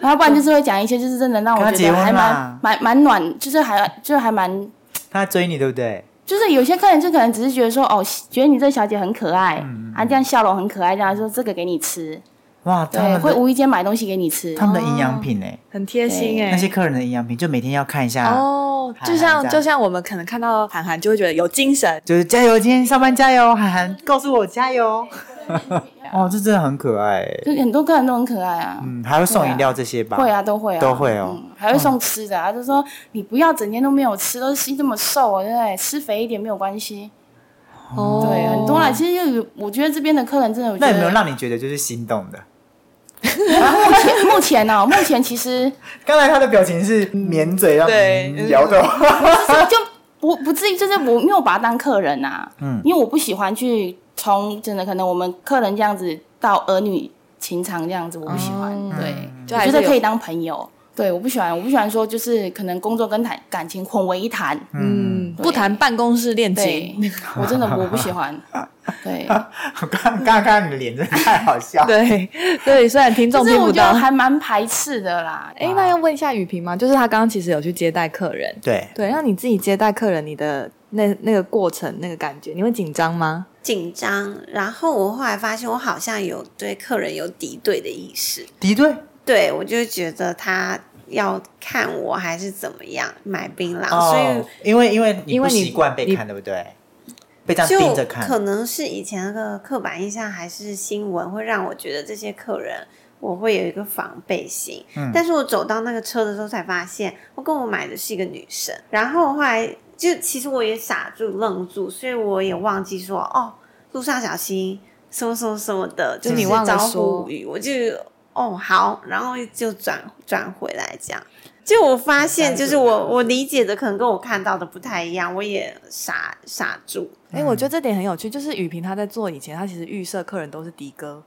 [SPEAKER 3] 然后不然就是会讲一些就是真的让我
[SPEAKER 2] 哦跟他
[SPEAKER 3] 觉得
[SPEAKER 2] 结婚
[SPEAKER 3] 还蛮
[SPEAKER 2] 嘛
[SPEAKER 3] 蛮蛮暖，就是还就是还蛮
[SPEAKER 2] 他追你对不对？
[SPEAKER 3] 就是有些客人就可能只是觉得说哦，觉得你这小姐很可爱、
[SPEAKER 2] 嗯
[SPEAKER 3] 啊，这样笑容很可爱，这样说这个给你吃。
[SPEAKER 2] 哇，他
[SPEAKER 3] 对，
[SPEAKER 2] 们
[SPEAKER 3] 会
[SPEAKER 2] 的
[SPEAKER 3] 无哦意间买东西给你吃。
[SPEAKER 2] 他们的营养品哎、
[SPEAKER 1] 很贴心哎、
[SPEAKER 2] 那些客人的营养品就每天要看一下，
[SPEAKER 1] 哦，就
[SPEAKER 2] 韩寒这
[SPEAKER 1] 像
[SPEAKER 2] 样
[SPEAKER 1] 就像我们可能看到韩寒就会觉得有精神，
[SPEAKER 2] 就是加油，今天上班加油，涵涵告诉我加
[SPEAKER 3] *laughs*
[SPEAKER 2] 油。哦，这真的很可爱、欸。
[SPEAKER 3] 就很多客人都很可爱啊，
[SPEAKER 2] 嗯，还会送饮料这些吧？
[SPEAKER 3] 会啊，都会啊，
[SPEAKER 2] 都会哦
[SPEAKER 3] 嗯，还会送吃的啊，就说你不要整天都没有吃，都是这么瘦啊，对不对？吃肥一点没有关系。
[SPEAKER 1] 哦，
[SPEAKER 3] 对，很多啦。其实有，我觉得这边的客人真的，我觉
[SPEAKER 2] 那
[SPEAKER 3] 得
[SPEAKER 2] 有没有让你觉得就是心动的？
[SPEAKER 3] *laughs* 目前目前呢、目前其实
[SPEAKER 2] 刚才他的表情
[SPEAKER 3] 嗯
[SPEAKER 2] 是抿嘴让
[SPEAKER 1] 对
[SPEAKER 2] 嗯摇动，
[SPEAKER 3] 就是就不不至于，就是我没有把他当客人呐、
[SPEAKER 2] 嗯
[SPEAKER 3] 因为我不喜欢去从真的可能我们客人这样子到儿女情长这样子，我不喜欢。
[SPEAKER 2] 嗯
[SPEAKER 1] 哦
[SPEAKER 3] 对，
[SPEAKER 1] 就
[SPEAKER 3] 我
[SPEAKER 1] 还
[SPEAKER 3] 觉
[SPEAKER 1] 是
[SPEAKER 3] 得
[SPEAKER 1] 有
[SPEAKER 3] 可以当朋友。对，我不喜欢，我不喜欢说就是可能工作跟谈感情混为一谈。
[SPEAKER 1] 嗯，
[SPEAKER 3] 对
[SPEAKER 1] 不谈办公室恋
[SPEAKER 3] 对
[SPEAKER 1] 情，，
[SPEAKER 3] *laughs* 我真的我不
[SPEAKER 2] *laughs*
[SPEAKER 3] 喜欢。对，
[SPEAKER 2] 我 *laughs* 刚刚看你的脸真的太好笑。
[SPEAKER 1] *laughs* 对对，虽然听众
[SPEAKER 3] 就
[SPEAKER 1] 听
[SPEAKER 3] 是
[SPEAKER 1] 不
[SPEAKER 3] 我觉
[SPEAKER 1] 到
[SPEAKER 3] 得，还蛮排斥的啦。
[SPEAKER 1] 哎，那要问一下雨萍吗？就是她刚刚其实有去接待客人，
[SPEAKER 2] 对，
[SPEAKER 1] 对，那你自己接待客人，你的那那个过程那个感觉，你会紧张吗？
[SPEAKER 4] 紧张。然后我后来发现，我好像有对客人有敌对的意识，
[SPEAKER 2] 敌对
[SPEAKER 4] 对我就觉得他要看我还是怎么样买槟榔，啊所以
[SPEAKER 2] 哦，因为因为你
[SPEAKER 1] 因
[SPEAKER 2] 不
[SPEAKER 1] 为你
[SPEAKER 2] 习惯被
[SPEAKER 1] 你
[SPEAKER 2] 看，对不对？被这样
[SPEAKER 4] 就
[SPEAKER 2] 盯着看哦
[SPEAKER 4] 可，能是以前那个刻板印象还是新闻，会让我觉得这些客人我会有一个防备心。
[SPEAKER 2] 嗯
[SPEAKER 4] 但是我走到那个车的时候才发现，我跟我买的是一个女生。然后后来就其实我也傻住愣住，所以我也忘记说哦，路上小心什么什么什么的，
[SPEAKER 1] 就是你忘了
[SPEAKER 4] 招
[SPEAKER 1] 说
[SPEAKER 4] 呼无语，我就哦好，然后就转转回来这样。就我发现，就是我我理解的可能跟我看到的不太一样，我也傻傻住。
[SPEAKER 1] 哎、我
[SPEAKER 2] 嗯
[SPEAKER 1] 觉得这点很有趣，就是雨萍她在做以前，她其实预设客人都是的哥，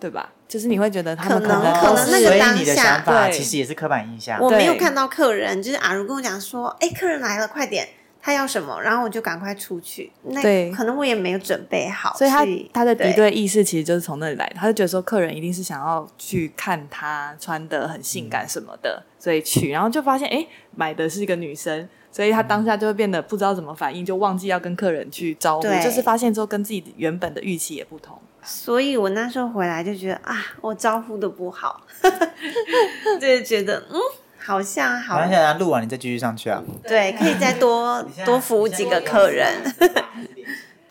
[SPEAKER 1] 对吧？就是你会觉得他们
[SPEAKER 4] 可
[SPEAKER 1] 能
[SPEAKER 4] 能
[SPEAKER 1] 都
[SPEAKER 4] 可能那个
[SPEAKER 1] 是
[SPEAKER 2] 哦所以
[SPEAKER 4] 当
[SPEAKER 2] 你的
[SPEAKER 4] 下
[SPEAKER 2] 想法
[SPEAKER 1] 对
[SPEAKER 2] 其实也是刻板印象。
[SPEAKER 4] 我没有
[SPEAKER 1] 对
[SPEAKER 4] 看到客人，就是阿如跟我讲说，哎、客人来了，快点，他要什么，然后我就赶快出去。那
[SPEAKER 1] 对
[SPEAKER 4] 可能我也没有准备好，
[SPEAKER 1] 所以他他的敌
[SPEAKER 4] 敌
[SPEAKER 1] 对意识其实就是从那里来的，他就觉得说客人一定是想要去看他穿的很性
[SPEAKER 2] 嗯
[SPEAKER 1] 感什么的，所以去，然后就发现哎、诶买的是一个女生，所以他当下就会变得不知道怎么反应，就忘记要跟客人去招呼，
[SPEAKER 4] 对
[SPEAKER 1] 就是发现之后跟自己原本的预期也不同。
[SPEAKER 4] 所以我那时候回来就觉得啊，我招呼的不好， *laughs* 就是觉得嗯，好像好
[SPEAKER 2] 好想，想录完你再继续上去啊，
[SPEAKER 4] 对，可以再多多服务几个客人，。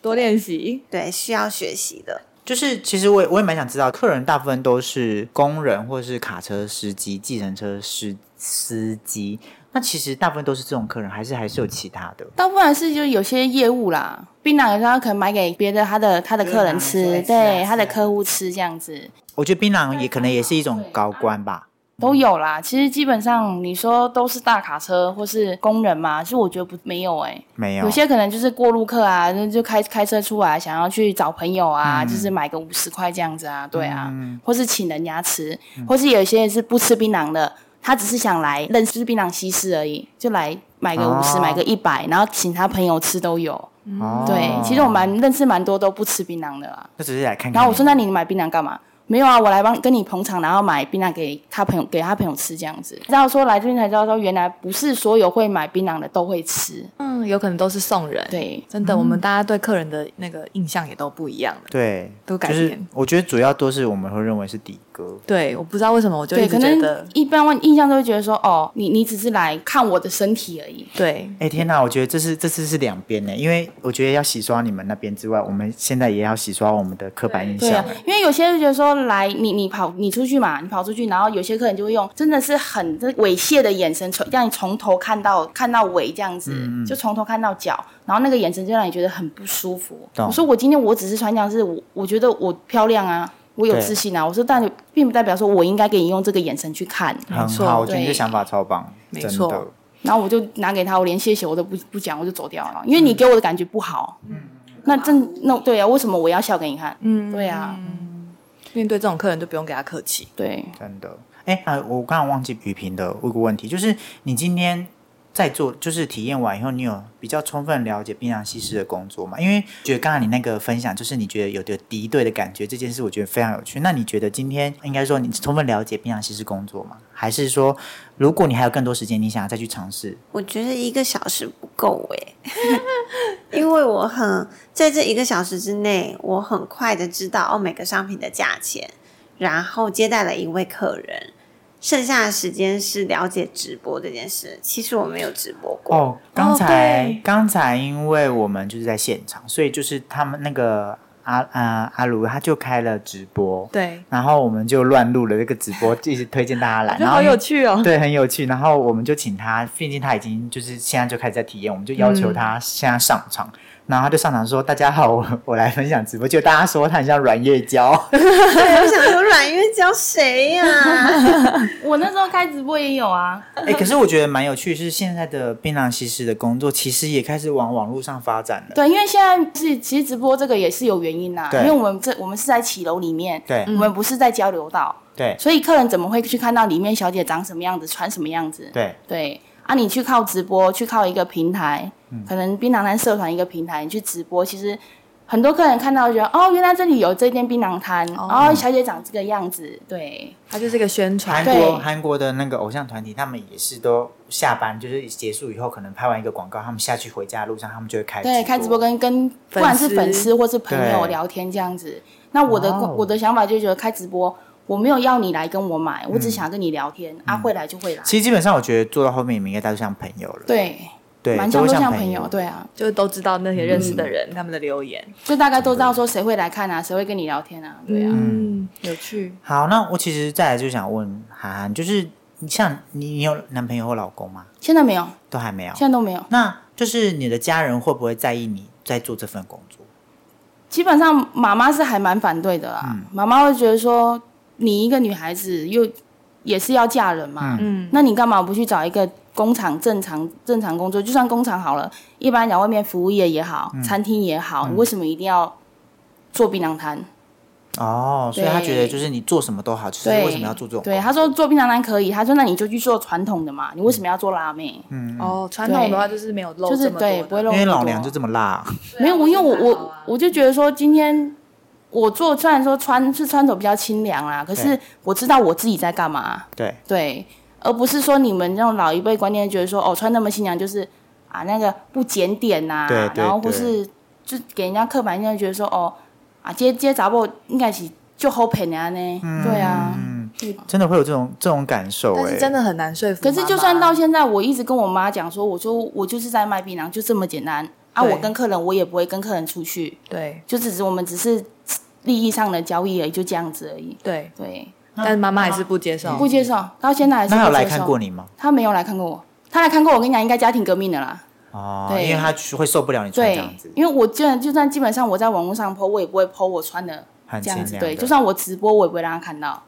[SPEAKER 1] 多练习，
[SPEAKER 4] *laughs* 对，需要学习的。
[SPEAKER 2] 就是其实我也我也蛮想知道，客人大部分都是工人或是卡车司机、计程车司司机，那其实大部分都是这种客人，还是还是有其他的。
[SPEAKER 3] 倒不然是就是有些业务啦，槟榔有时候他可能买给别的他的他的客人
[SPEAKER 2] 别
[SPEAKER 3] 吃，
[SPEAKER 2] 人拿来吃啊
[SPEAKER 3] 对
[SPEAKER 2] 吃啊
[SPEAKER 3] 他的客户吃这样子。
[SPEAKER 2] 我觉得槟榔也可能也是一种高官吧，
[SPEAKER 3] 都有啦。其实基本上你说都是大卡车或是工人嘛，其实我觉得不没有哎、
[SPEAKER 2] 没有，
[SPEAKER 3] 有些可能就是过路客啊，那就开开车出来，想要去找朋友啊，
[SPEAKER 2] 嗯
[SPEAKER 3] 就是买个五十块这样子啊，对啊，
[SPEAKER 2] 嗯
[SPEAKER 3] 或是请人家吃，或是有一些是不吃槟榔的，他只是想来认识槟榔西施而已，就来买个五十、
[SPEAKER 2] 哦
[SPEAKER 3] 买个一百，然后请他朋友吃都有。
[SPEAKER 2] 哦
[SPEAKER 3] 对，其实我蛮认识蛮多都不吃槟榔的啦。
[SPEAKER 2] 就只是来看看你。
[SPEAKER 3] 然后我说：“那你买槟榔干嘛？”没有啊，我来帮跟你捧场，然后买槟榔给他朋友，给他朋友吃这样子。然后说来这边才知道说，原来不是所有会买槟榔的都会吃。
[SPEAKER 1] 嗯，有可能都是送人。，
[SPEAKER 3] 对，
[SPEAKER 1] 真的，我
[SPEAKER 3] 嗯
[SPEAKER 1] 们大家对客人的那个印象也都不一样了。
[SPEAKER 2] 对，
[SPEAKER 1] 都改
[SPEAKER 2] 就是
[SPEAKER 1] 变
[SPEAKER 2] 我觉得主要都是我们会认为是底哥，
[SPEAKER 1] 对，我不知道为什么，我就一
[SPEAKER 3] 对，
[SPEAKER 1] 直
[SPEAKER 3] 可
[SPEAKER 1] 觉
[SPEAKER 3] 能
[SPEAKER 1] 得，
[SPEAKER 3] 一般问印象都会觉得说，哦，你你只是来看我的身体而已。
[SPEAKER 1] 对，
[SPEAKER 2] 哎、天哪！我觉得这是这次是两边呢，因为我觉得要洗刷你们那边之外，我们现在也要洗刷我们的刻板印
[SPEAKER 3] 对
[SPEAKER 2] 象
[SPEAKER 3] 啊。，因为有些人觉得说来，你你跑你出去嘛，你跑出去，然后有些客人就会用真的是很这猥亵的眼神，从让你从头看到看到尾这样子，就从头看到脚，然后那个眼神就让你觉得很不舒服。
[SPEAKER 2] 懂
[SPEAKER 3] 我说我今天我只是穿这样是，我我觉得我漂亮啊，我有
[SPEAKER 2] 对
[SPEAKER 3] 自信啊。我说但并不代表说我应该给你用这个眼神去看。
[SPEAKER 2] 很
[SPEAKER 1] 啊错
[SPEAKER 2] 好，我觉得
[SPEAKER 3] 对
[SPEAKER 2] 你这想法超棒，
[SPEAKER 1] 没
[SPEAKER 2] 真
[SPEAKER 1] 错
[SPEAKER 2] 的。
[SPEAKER 3] 然后我就拿给他，我连谢谢我都不不讲，我就走掉了，因为你给我的感觉不好。那真那对啊，为什么我要笑给你看？
[SPEAKER 1] 嗯，
[SPEAKER 3] 对啊，
[SPEAKER 1] 面对这种客人就不用给他客气。
[SPEAKER 3] 对。
[SPEAKER 2] 真的。哎、啊，我刚刚忘记雨萍的一个问题，就是你今天在做，就是体验完以后，你有比较充分了解槟榔西施的工作吗？因为觉得刚才你那个分享，就是你觉得有的敌对的感觉，这件事我觉得非常有趣。那你觉得今天应该说你充分了解槟榔西施工作吗？还是说，如果你还有更多时间，你想要再去尝试？
[SPEAKER 4] 我觉得一个小时不够诶， *laughs* 因为我很在这一个小时之内，我很快的知道哦每个商品的价钱，然后接待了一位客人，剩下的时间是了解直播这件事。其实我没有直播过，
[SPEAKER 2] 哦，刚才、
[SPEAKER 1] 对
[SPEAKER 2] 刚才因为我们就是在现场，所以就是他们那个阿啊阿卢他就开了直播，
[SPEAKER 1] 对，
[SPEAKER 2] 然后我们就乱录了这个直播，就一直推荐大家来，
[SPEAKER 1] 就
[SPEAKER 2] 然后
[SPEAKER 1] 好有
[SPEAKER 2] 因
[SPEAKER 1] 趣哦。
[SPEAKER 2] 对，很有趣。然后我们就请他，毕竟他已经就是现在就开始在体验，我们就要求他现在上场。然后他就上场说：“大家好， *laughs* 我我来分享直播。”就大家说他很像阮月娇，
[SPEAKER 4] 对，我想说阮月娇谁呀、
[SPEAKER 1] *laughs*
[SPEAKER 3] 我那时候开直播也有啊，
[SPEAKER 2] 哎、可是我觉得蛮有趣，是现在的槟榔西施的工作其实也开始往网络上发展了。
[SPEAKER 3] 对，因为现在是其实直播这个也是有原因啦，
[SPEAKER 2] 对
[SPEAKER 3] 因为我们这我们是在骑楼里面，
[SPEAKER 2] 对
[SPEAKER 3] 我们不是在交流道，
[SPEAKER 2] 对
[SPEAKER 3] 所以客人怎么会去看到里面小姐长什么样子，穿什么样子？
[SPEAKER 2] 对，
[SPEAKER 3] 对啊，你去靠直播，去靠一个平台，可能槟榔摊社团一个平台，你去直播，其实很多客人看到就觉得哦，原来这里有这间槟榔摊，哦，小姐长这个样子，对，
[SPEAKER 1] 它就是一个宣传
[SPEAKER 2] 韩。国
[SPEAKER 3] 对
[SPEAKER 2] 韩国的那个偶像团体，他们也是都下班就是结束以后，可能拍完一个广告，他们下去回家的路上，他们就会开
[SPEAKER 3] 对，开直播跟跟不管是粉丝或是朋友
[SPEAKER 2] 对
[SPEAKER 3] 聊天这样子。那我的、
[SPEAKER 2] 哇哦
[SPEAKER 3] 我的想法就觉得开直播，我没有要你来跟我买，我只想跟你聊天、啊，会来就会来。
[SPEAKER 2] 嗯其实基本上，我觉得做到后面，你们应该大家都像朋友了。
[SPEAKER 3] 对，
[SPEAKER 2] 对，
[SPEAKER 3] 蛮
[SPEAKER 2] 都
[SPEAKER 3] 像
[SPEAKER 2] 会
[SPEAKER 3] 都
[SPEAKER 2] 像
[SPEAKER 3] 像
[SPEAKER 2] 朋
[SPEAKER 3] 朋友，。对啊，
[SPEAKER 1] 就都知道那些认识的人、他们的留言，
[SPEAKER 3] 就大概都知道说谁会来看啊，谁会跟你聊天啊，对啊。
[SPEAKER 1] 嗯，有趣。
[SPEAKER 2] 好，那我其实再来就想问涵涵，就是你像你，你有男朋友或老公吗？
[SPEAKER 3] 现在没有，
[SPEAKER 2] 都还没有。
[SPEAKER 3] 现在都没有。
[SPEAKER 2] 那就是你的家人会不会在意你在做这份工作？
[SPEAKER 3] 基本上妈妈是还蛮反对的啦，
[SPEAKER 2] 嗯
[SPEAKER 3] 妈妈会觉得说你一个女孩子又也是要嫁人嘛，
[SPEAKER 1] 嗯
[SPEAKER 3] 那你干嘛不去找一个工厂正常正常工作？就算工厂好了，一般讲外面服务业也好，
[SPEAKER 2] 嗯
[SPEAKER 3] 餐厅也好，你为什么一定要做槟榔摊？
[SPEAKER 2] 哦，所以
[SPEAKER 3] 对
[SPEAKER 2] 他觉得就是你做什么都好，就是
[SPEAKER 3] 对，
[SPEAKER 2] 为什么要做这种工作？
[SPEAKER 3] 对，他说做槟榔摊可以，他说那你就去做传统的嘛，你为什么要做辣妹？
[SPEAKER 1] 哦，传统的话就是没有漏
[SPEAKER 3] 就是
[SPEAKER 1] 这么多的，
[SPEAKER 3] 对，不
[SPEAKER 2] 嗯
[SPEAKER 3] 会
[SPEAKER 2] 因
[SPEAKER 3] 弄
[SPEAKER 2] 为
[SPEAKER 3] 那么
[SPEAKER 2] 老
[SPEAKER 3] 多
[SPEAKER 2] 娘就这么辣，
[SPEAKER 3] 没有，我因为我
[SPEAKER 1] 还好
[SPEAKER 3] 我
[SPEAKER 1] 啊
[SPEAKER 3] 我就觉得说，今天我做虽然说穿是穿着比较清凉啦，可是
[SPEAKER 2] 对
[SPEAKER 3] 我知道我自己在干嘛，
[SPEAKER 2] 对，
[SPEAKER 3] 对，而不是说你们这种老一辈观念觉得说，哦，穿那么清凉就是啊那个不检点呐、
[SPEAKER 2] 对对
[SPEAKER 3] 然后或
[SPEAKER 2] 对
[SPEAKER 3] 是就给人家刻板印象觉得说，哦啊，接接杂货应该是就好骗的呢，对啊。
[SPEAKER 2] 嗯，真的会有这种这种感受、欸，
[SPEAKER 1] 但是真的很难说服妈
[SPEAKER 3] 可
[SPEAKER 1] 妈。
[SPEAKER 3] 是就算到现在，我一直跟我妈讲说，我说我就是在卖槟榔，就这么简单啊！
[SPEAKER 1] 对
[SPEAKER 3] 我跟客人我也不会跟客人出去，
[SPEAKER 1] 对
[SPEAKER 3] 就只是我们只是利益上的交易而已，就这样子而已。
[SPEAKER 1] 对，
[SPEAKER 3] 对，
[SPEAKER 1] 但是妈妈还是不接受，
[SPEAKER 3] 不接受，到现在还是
[SPEAKER 2] 哦那他有
[SPEAKER 3] 不
[SPEAKER 2] 来
[SPEAKER 3] 接
[SPEAKER 2] 看
[SPEAKER 3] 受。
[SPEAKER 2] 过你吗？
[SPEAKER 3] 他没有来看过我，他来看过我，我跟你讲，应该家庭革命的啦。
[SPEAKER 2] 哦，
[SPEAKER 3] 对
[SPEAKER 2] 因为他会受不了你穿这
[SPEAKER 3] 对
[SPEAKER 2] 样子，，
[SPEAKER 3] 因为我就算就算基本上我在网络上 PO，我也不会 PO 我穿的
[SPEAKER 2] 很
[SPEAKER 3] 这
[SPEAKER 2] 清凉
[SPEAKER 3] 样子。
[SPEAKER 2] 的。哦
[SPEAKER 3] 对，就算我直播，我也不会让他看到。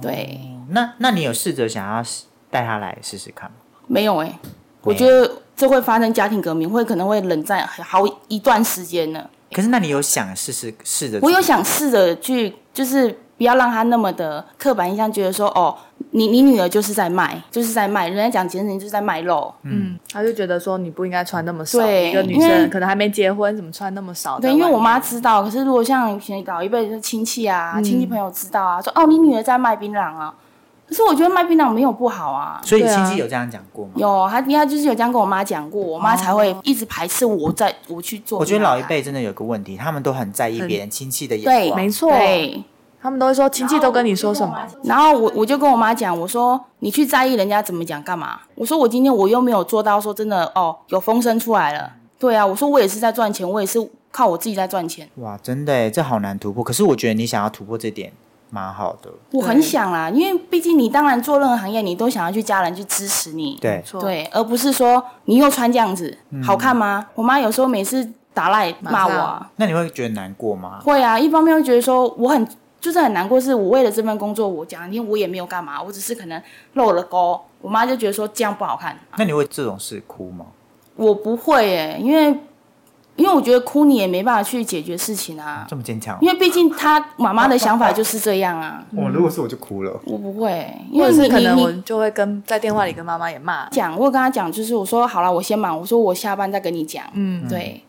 [SPEAKER 3] 对，
[SPEAKER 2] 那那你有试着想要试带他来试试看吗？
[SPEAKER 3] 没有哎、我觉得这会发生家庭革命，会可能会冷战好一段时间呢。
[SPEAKER 2] 可是那你有想试试试着？
[SPEAKER 3] 我有想试着去，就是不要让他那么的刻板印象，觉得说哦，你你女儿就是在卖，就是在卖，人家讲节省就是在卖肉。
[SPEAKER 1] 嗯，他就觉得说你不应该穿那么少，
[SPEAKER 3] 对
[SPEAKER 1] 一个女
[SPEAKER 3] 因为
[SPEAKER 1] 生可能还没结婚，怎么穿那么少？
[SPEAKER 3] 对，因为我妈知道，可是如果像以前老一辈就是亲戚
[SPEAKER 2] 嗯
[SPEAKER 3] 啊、亲、戚朋友知道啊，说哦，你女儿在卖槟榔啊，可是我觉得卖槟榔没有不好啊。
[SPEAKER 2] 所以
[SPEAKER 1] 对啊
[SPEAKER 2] 亲戚有这样讲过吗？。
[SPEAKER 3] 有，她她就是有这样跟我妈讲过，我妈才会一直排斥我在我去做。
[SPEAKER 2] 哦
[SPEAKER 3] 啊
[SPEAKER 2] 我觉得老一辈真的有个问题，他们都很在意别人亲戚的眼
[SPEAKER 3] 对，
[SPEAKER 2] 光。
[SPEAKER 1] 没错
[SPEAKER 3] 对，
[SPEAKER 1] 他们都会说亲戚都跟你说什么？
[SPEAKER 3] 然后我我就跟我妈讲，我说你去在意人家怎么讲干嘛？我说我今天我又没有做到说真的哦，有风声出来了。对啊，我说我也是在赚钱，我也是靠我自己在赚钱。
[SPEAKER 2] 哇，真的耶，这好难突破。可是我觉得你想要突破这点，蛮好的。
[SPEAKER 3] 我很想啦，因为毕竟你当然做任何行业，你都想要去家人去支持你，
[SPEAKER 2] 对，
[SPEAKER 1] 错，
[SPEAKER 3] 对，而不是说你又穿这样子，好看吗？我妈有时候每次打赖骂我啊，
[SPEAKER 2] 那你会觉得难过吗？
[SPEAKER 3] 会啊，一方面会觉得说我很就是很难过，是我为了这份工作，我讲难听我也没有干嘛，我只是可能露了沟，我妈就觉得说这样不好看。
[SPEAKER 2] 那你会这种事哭吗？
[SPEAKER 3] 我不会耶，因为因为我觉得哭你也没办法去解决事情啊，
[SPEAKER 2] 这么坚强？
[SPEAKER 3] 因为毕竟她妈妈的想法就是这样啊。
[SPEAKER 2] 我如果是我就哭了。
[SPEAKER 3] 我不会，因
[SPEAKER 1] 或
[SPEAKER 3] 为
[SPEAKER 1] 者
[SPEAKER 3] 你
[SPEAKER 1] 是可能
[SPEAKER 3] 你
[SPEAKER 1] 我
[SPEAKER 3] 你
[SPEAKER 1] 就会跟在电话里跟妈妈也骂，
[SPEAKER 3] 讲，我有跟她讲，就是我说好了，我先忙，我说我下班再跟你讲。
[SPEAKER 1] 嗯，
[SPEAKER 3] 对，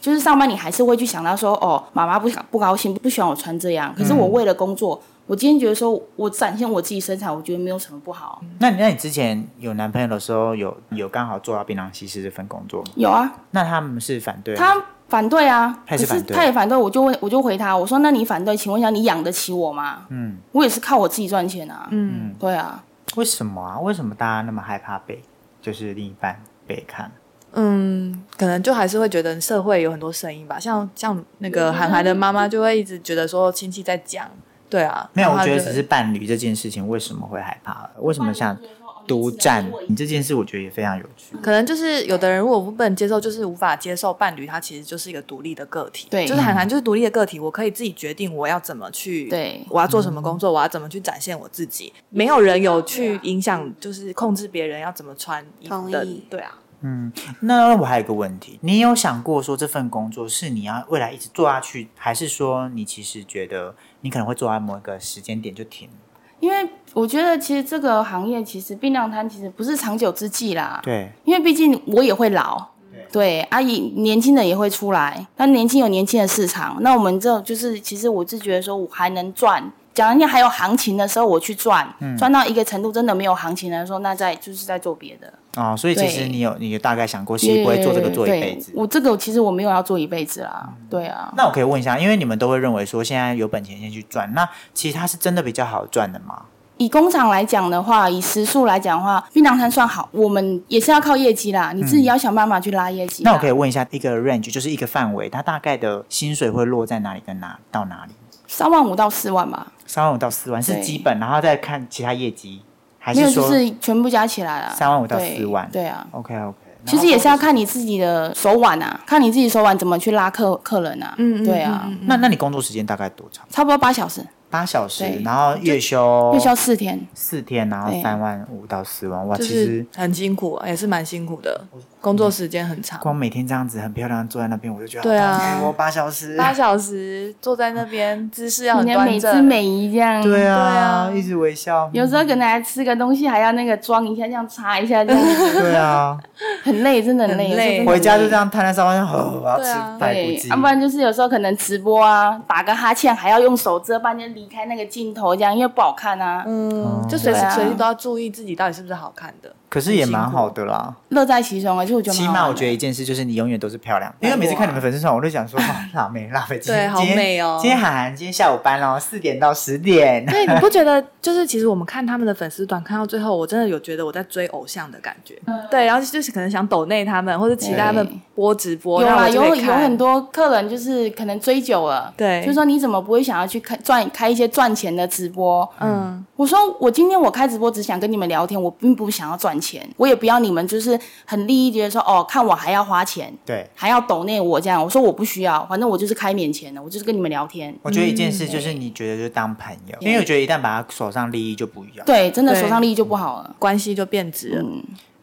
[SPEAKER 3] 就是上班你还是会去想到说，哦，妈妈不想不高兴，不喜欢我穿这样。可是我
[SPEAKER 2] 嗯
[SPEAKER 3] 为了工作，我今天觉得说我展现我自己身材，我觉得没有什么不好。
[SPEAKER 2] 那你那你之前有男朋友的时候，有有刚好做到槟榔西施这份工作吗，
[SPEAKER 3] 有啊，
[SPEAKER 2] 那他们是反对吗？
[SPEAKER 3] 他反对啊，
[SPEAKER 2] 他
[SPEAKER 3] 可
[SPEAKER 2] 也是
[SPEAKER 3] 是
[SPEAKER 2] 反对
[SPEAKER 3] 他也反对，我就问，我就回他，我说那你反对，请问一下，你养得起我吗？
[SPEAKER 2] 嗯，
[SPEAKER 3] 我也是靠我自己赚钱啊。
[SPEAKER 1] 嗯，
[SPEAKER 3] 对啊，
[SPEAKER 2] 为什么啊？为什么大家那么害怕被就是另一半被看？
[SPEAKER 1] 嗯，可能就还是会觉得社会有很多声音吧，像像那个韩寒的妈妈就会一直觉得说亲戚在讲，对啊，
[SPEAKER 2] 没有，
[SPEAKER 1] 然
[SPEAKER 2] 我
[SPEAKER 1] 后
[SPEAKER 2] 觉得
[SPEAKER 1] 就
[SPEAKER 2] 只是伴侣这件事情为什么会害怕？为什么想独占你这件事？我觉得也非常有趣。
[SPEAKER 1] 可能就是有的人如果不能接受，就是无法接受伴侣，他其实就是一个独立的个体。
[SPEAKER 3] 对
[SPEAKER 1] 就是韩寒就是独立的个体，我可以自己决定我要怎么去，
[SPEAKER 3] 对
[SPEAKER 1] 我要做什么工作，我要怎么去展现我自己。没有人有去影响，就是控制别人要怎么穿衣服的
[SPEAKER 4] 同意，
[SPEAKER 1] 对啊。
[SPEAKER 2] 那我还有一个问题，你有想过说这份工作是你要未来一直做下去，还是说你其实觉得你可能会做到某一个时间点就停？
[SPEAKER 3] 因为我觉得其实这个行业其实槟榔摊其实不是长久之计啦。
[SPEAKER 2] 对，
[SPEAKER 3] 因为毕竟我也会老，对，阿姨年轻的也会出来，那年轻有年轻的市场，那我们这就是其实我是觉得说我还能赚。假如你还有行情的时候，我去赚，
[SPEAKER 2] 嗯
[SPEAKER 3] 赚到一个程度，真的没有行情的时候，那再就是在做别的。
[SPEAKER 2] 哦，所以其实
[SPEAKER 3] 对
[SPEAKER 2] 你有你有大概想过，其实不会做这个做一辈子嗯
[SPEAKER 3] 对。我这个其实我没有要做一辈子啦，对啊，
[SPEAKER 2] 那我可以问一下，因为你们都会认为说现在有本钱先去赚，那其实它是真的比较好赚的吗？
[SPEAKER 3] 以工厂来讲的话，以时速来讲的话，槟榔摊算好，我们也是要靠业绩啦，你自己要想办法去拉业绩啦。
[SPEAKER 2] 嗯那我可以问一下，一个 range 就是一个范围，它大概的薪水会落在哪里跟哪到哪里？
[SPEAKER 3] 三万五到四万吧，
[SPEAKER 2] 三万五到四万是
[SPEAKER 3] 对
[SPEAKER 2] 基本，然后再看其他业绩，还
[SPEAKER 3] 没有
[SPEAKER 2] 是
[SPEAKER 3] 就
[SPEAKER 2] 说
[SPEAKER 3] 是全部加起来啦，
[SPEAKER 2] 三万五到
[SPEAKER 3] 对
[SPEAKER 2] 四万
[SPEAKER 3] 对啊。
[SPEAKER 2] OK OK？
[SPEAKER 3] 其实也是要看你自己的手腕啊，看你自己手腕怎么去拉客客人啊。
[SPEAKER 1] 嗯嗯
[SPEAKER 3] 对啊，
[SPEAKER 1] 嗯
[SPEAKER 2] 那那你工作时间大概多长？
[SPEAKER 3] 差不多八小时，
[SPEAKER 2] 八小时
[SPEAKER 3] 对，
[SPEAKER 2] 然后月休
[SPEAKER 3] 月休四天。
[SPEAKER 2] 四天，然后
[SPEAKER 3] 对
[SPEAKER 2] 三万五到四万，哇，
[SPEAKER 1] 就
[SPEAKER 2] 其
[SPEAKER 1] 是
[SPEAKER 2] 实
[SPEAKER 1] 很辛苦啊，也是蛮辛苦的，工作时间很长，
[SPEAKER 2] 光每天这样子很漂亮地坐在那边，我就觉得
[SPEAKER 1] 对啊
[SPEAKER 2] 好痛苦哦，八小时，
[SPEAKER 1] 八小时坐在那边，姿势要
[SPEAKER 3] 你
[SPEAKER 1] 哦很
[SPEAKER 3] 的
[SPEAKER 1] 端
[SPEAKER 3] 美姿
[SPEAKER 1] 正，
[SPEAKER 3] 美仪这样。
[SPEAKER 2] 对啊，
[SPEAKER 1] 啊
[SPEAKER 2] 一直微笑，
[SPEAKER 3] 有时候可能还吃个东西，还要那个装一下，这样擦一下，这样
[SPEAKER 2] 对啊，
[SPEAKER 3] 很累，真的很累。
[SPEAKER 1] 很累
[SPEAKER 3] 有时候真的很累
[SPEAKER 2] 回家就这。样瘫在沙发上，哦我要
[SPEAKER 1] 对啊
[SPEAKER 2] 吃排骨
[SPEAKER 3] 对
[SPEAKER 2] 鸡，
[SPEAKER 3] 要、。不然就是有时候可能直播啊，打个哈欠还要用手遮半天离开那个镜头，这样因为不好看啊。
[SPEAKER 1] 嗯，就随时
[SPEAKER 3] 对啊
[SPEAKER 1] 随地都要注意自己到底是不是好看的。
[SPEAKER 2] 可是也蛮
[SPEAKER 1] 很辛苦
[SPEAKER 2] 好的啦，
[SPEAKER 3] 乐在其中啊，就我觉得
[SPEAKER 2] 起
[SPEAKER 3] 蛮好玩的。
[SPEAKER 2] 码我觉得一件事就是你永远都是漂亮，因
[SPEAKER 3] 哎
[SPEAKER 2] 为每次看你们粉丝团，我都想说，哇， *laughs* 辣妹辣妹，今天
[SPEAKER 1] 好美哦
[SPEAKER 2] 今天今天韩寒今天下午班哦，四点到十点，
[SPEAKER 3] *laughs*
[SPEAKER 1] 对，你不 *laughs* 觉得就是其实我们看他们的粉丝团看到最后，我真的有觉得我在追偶像的感觉。对，然后就是可能想抖内他们，或者期待他们
[SPEAKER 3] 对
[SPEAKER 1] 播直播，
[SPEAKER 3] 有
[SPEAKER 1] 让
[SPEAKER 3] 啦，
[SPEAKER 1] 我就可
[SPEAKER 3] 有
[SPEAKER 1] 以
[SPEAKER 3] 有
[SPEAKER 1] 看
[SPEAKER 3] 很多客人就是可能追久了，
[SPEAKER 1] 对
[SPEAKER 3] 就说你怎么不会想要去开赚开一些赚钱的直播？
[SPEAKER 1] 嗯，
[SPEAKER 3] 我说我今天我开直播只想跟你们聊天，我并不想要赚钱，我也不要你们就是很利益觉得说哦，看我还要花钱，
[SPEAKER 2] 对，
[SPEAKER 3] 还要抖内我这样，我说我不需要，反正我就是开免钱的，我就是跟你们聊天。
[SPEAKER 2] 我觉得一件事就是你觉得就当朋友，因为我觉得一旦把他手上利益就不一样。
[SPEAKER 3] 嗯对，真的
[SPEAKER 1] 对
[SPEAKER 3] 手上利益就不好了。
[SPEAKER 1] 关系就变质了。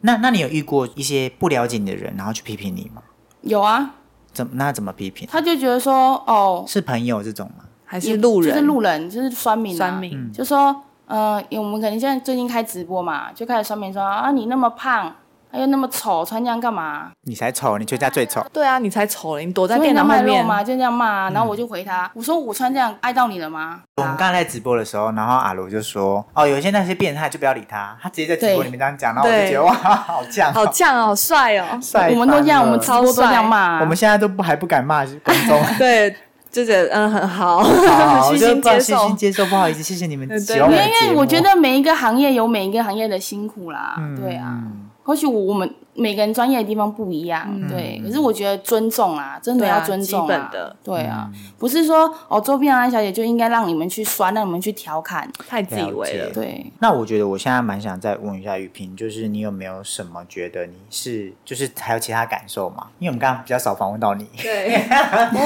[SPEAKER 2] 那那你有遇过一些不了解你的人，然后去批评你吗？
[SPEAKER 3] 有啊，
[SPEAKER 2] 怎么那怎么批评？
[SPEAKER 3] 他就觉得说哦，
[SPEAKER 2] 是朋友这种吗？
[SPEAKER 1] 还
[SPEAKER 3] 也
[SPEAKER 1] 是路人，
[SPEAKER 3] 就是路人，就是酸民、啊，
[SPEAKER 1] 酸民，
[SPEAKER 2] 嗯
[SPEAKER 3] 就说，呃，因为我们可能现在最近开直播嘛，就开始酸民说啊，你那么胖，还有那么丑，穿这样干嘛？
[SPEAKER 2] 你才丑，你全家最丑。
[SPEAKER 1] 对啊，你才丑了，你躲在
[SPEAKER 3] 所以
[SPEAKER 1] 电
[SPEAKER 3] 你
[SPEAKER 1] 脑
[SPEAKER 3] 要
[SPEAKER 1] 后
[SPEAKER 3] 卖肉
[SPEAKER 1] 面嗯
[SPEAKER 3] 吗？就这样骂、啊，然后我就回他，我说我穿这样碍到你了吗？
[SPEAKER 2] 我们刚才在直播的时候，然后阿罗就说：“哦，有一些那些变态就不要理他。”他直接在直播里面这样讲，然后我就觉得
[SPEAKER 1] 对
[SPEAKER 2] 哇，好犟哦，，
[SPEAKER 1] 好犟哦，好帅哦 *laughs*
[SPEAKER 2] 帅翻
[SPEAKER 3] 我
[SPEAKER 2] 了。
[SPEAKER 3] 们都这样，我们直
[SPEAKER 1] 超
[SPEAKER 3] 播都这样骂、啊，
[SPEAKER 2] 我们现在都不还不敢骂观
[SPEAKER 1] *laughs*
[SPEAKER 2] 众， *laughs*
[SPEAKER 1] 对，就觉得嗯很好，
[SPEAKER 2] 好，我
[SPEAKER 1] *laughs* 虚
[SPEAKER 2] 就
[SPEAKER 1] 心
[SPEAKER 2] 不好
[SPEAKER 1] 接
[SPEAKER 2] 虚心
[SPEAKER 1] 受。
[SPEAKER 2] 接受，不好意思，谢谢你们
[SPEAKER 1] 对
[SPEAKER 2] 喜欢我
[SPEAKER 3] 因
[SPEAKER 2] 们
[SPEAKER 3] 为
[SPEAKER 2] 的节
[SPEAKER 3] 因为
[SPEAKER 2] 目。
[SPEAKER 3] 我觉得每一个行业有每一个行业的辛苦啦，对啊。
[SPEAKER 2] 嗯
[SPEAKER 3] 或许我我们每个人专业的地方不一样，
[SPEAKER 1] 嗯
[SPEAKER 3] 对。可是我觉得尊重啊，真的
[SPEAKER 1] 对啊
[SPEAKER 3] 要尊重、
[SPEAKER 1] 基本的，
[SPEAKER 3] 对啊，
[SPEAKER 1] 嗯
[SPEAKER 3] 不是说哦，周碧安小姐就应该让你们去酸，让你们去调侃，
[SPEAKER 1] 太自以为
[SPEAKER 2] 了
[SPEAKER 1] 了
[SPEAKER 2] 解，
[SPEAKER 3] 对。
[SPEAKER 2] 那我觉得我现在蛮想再问一下玉萍，就是你有没有什么觉得你是，就是还有其他感受吗？因为我们刚刚比较少访问到你，
[SPEAKER 1] 对，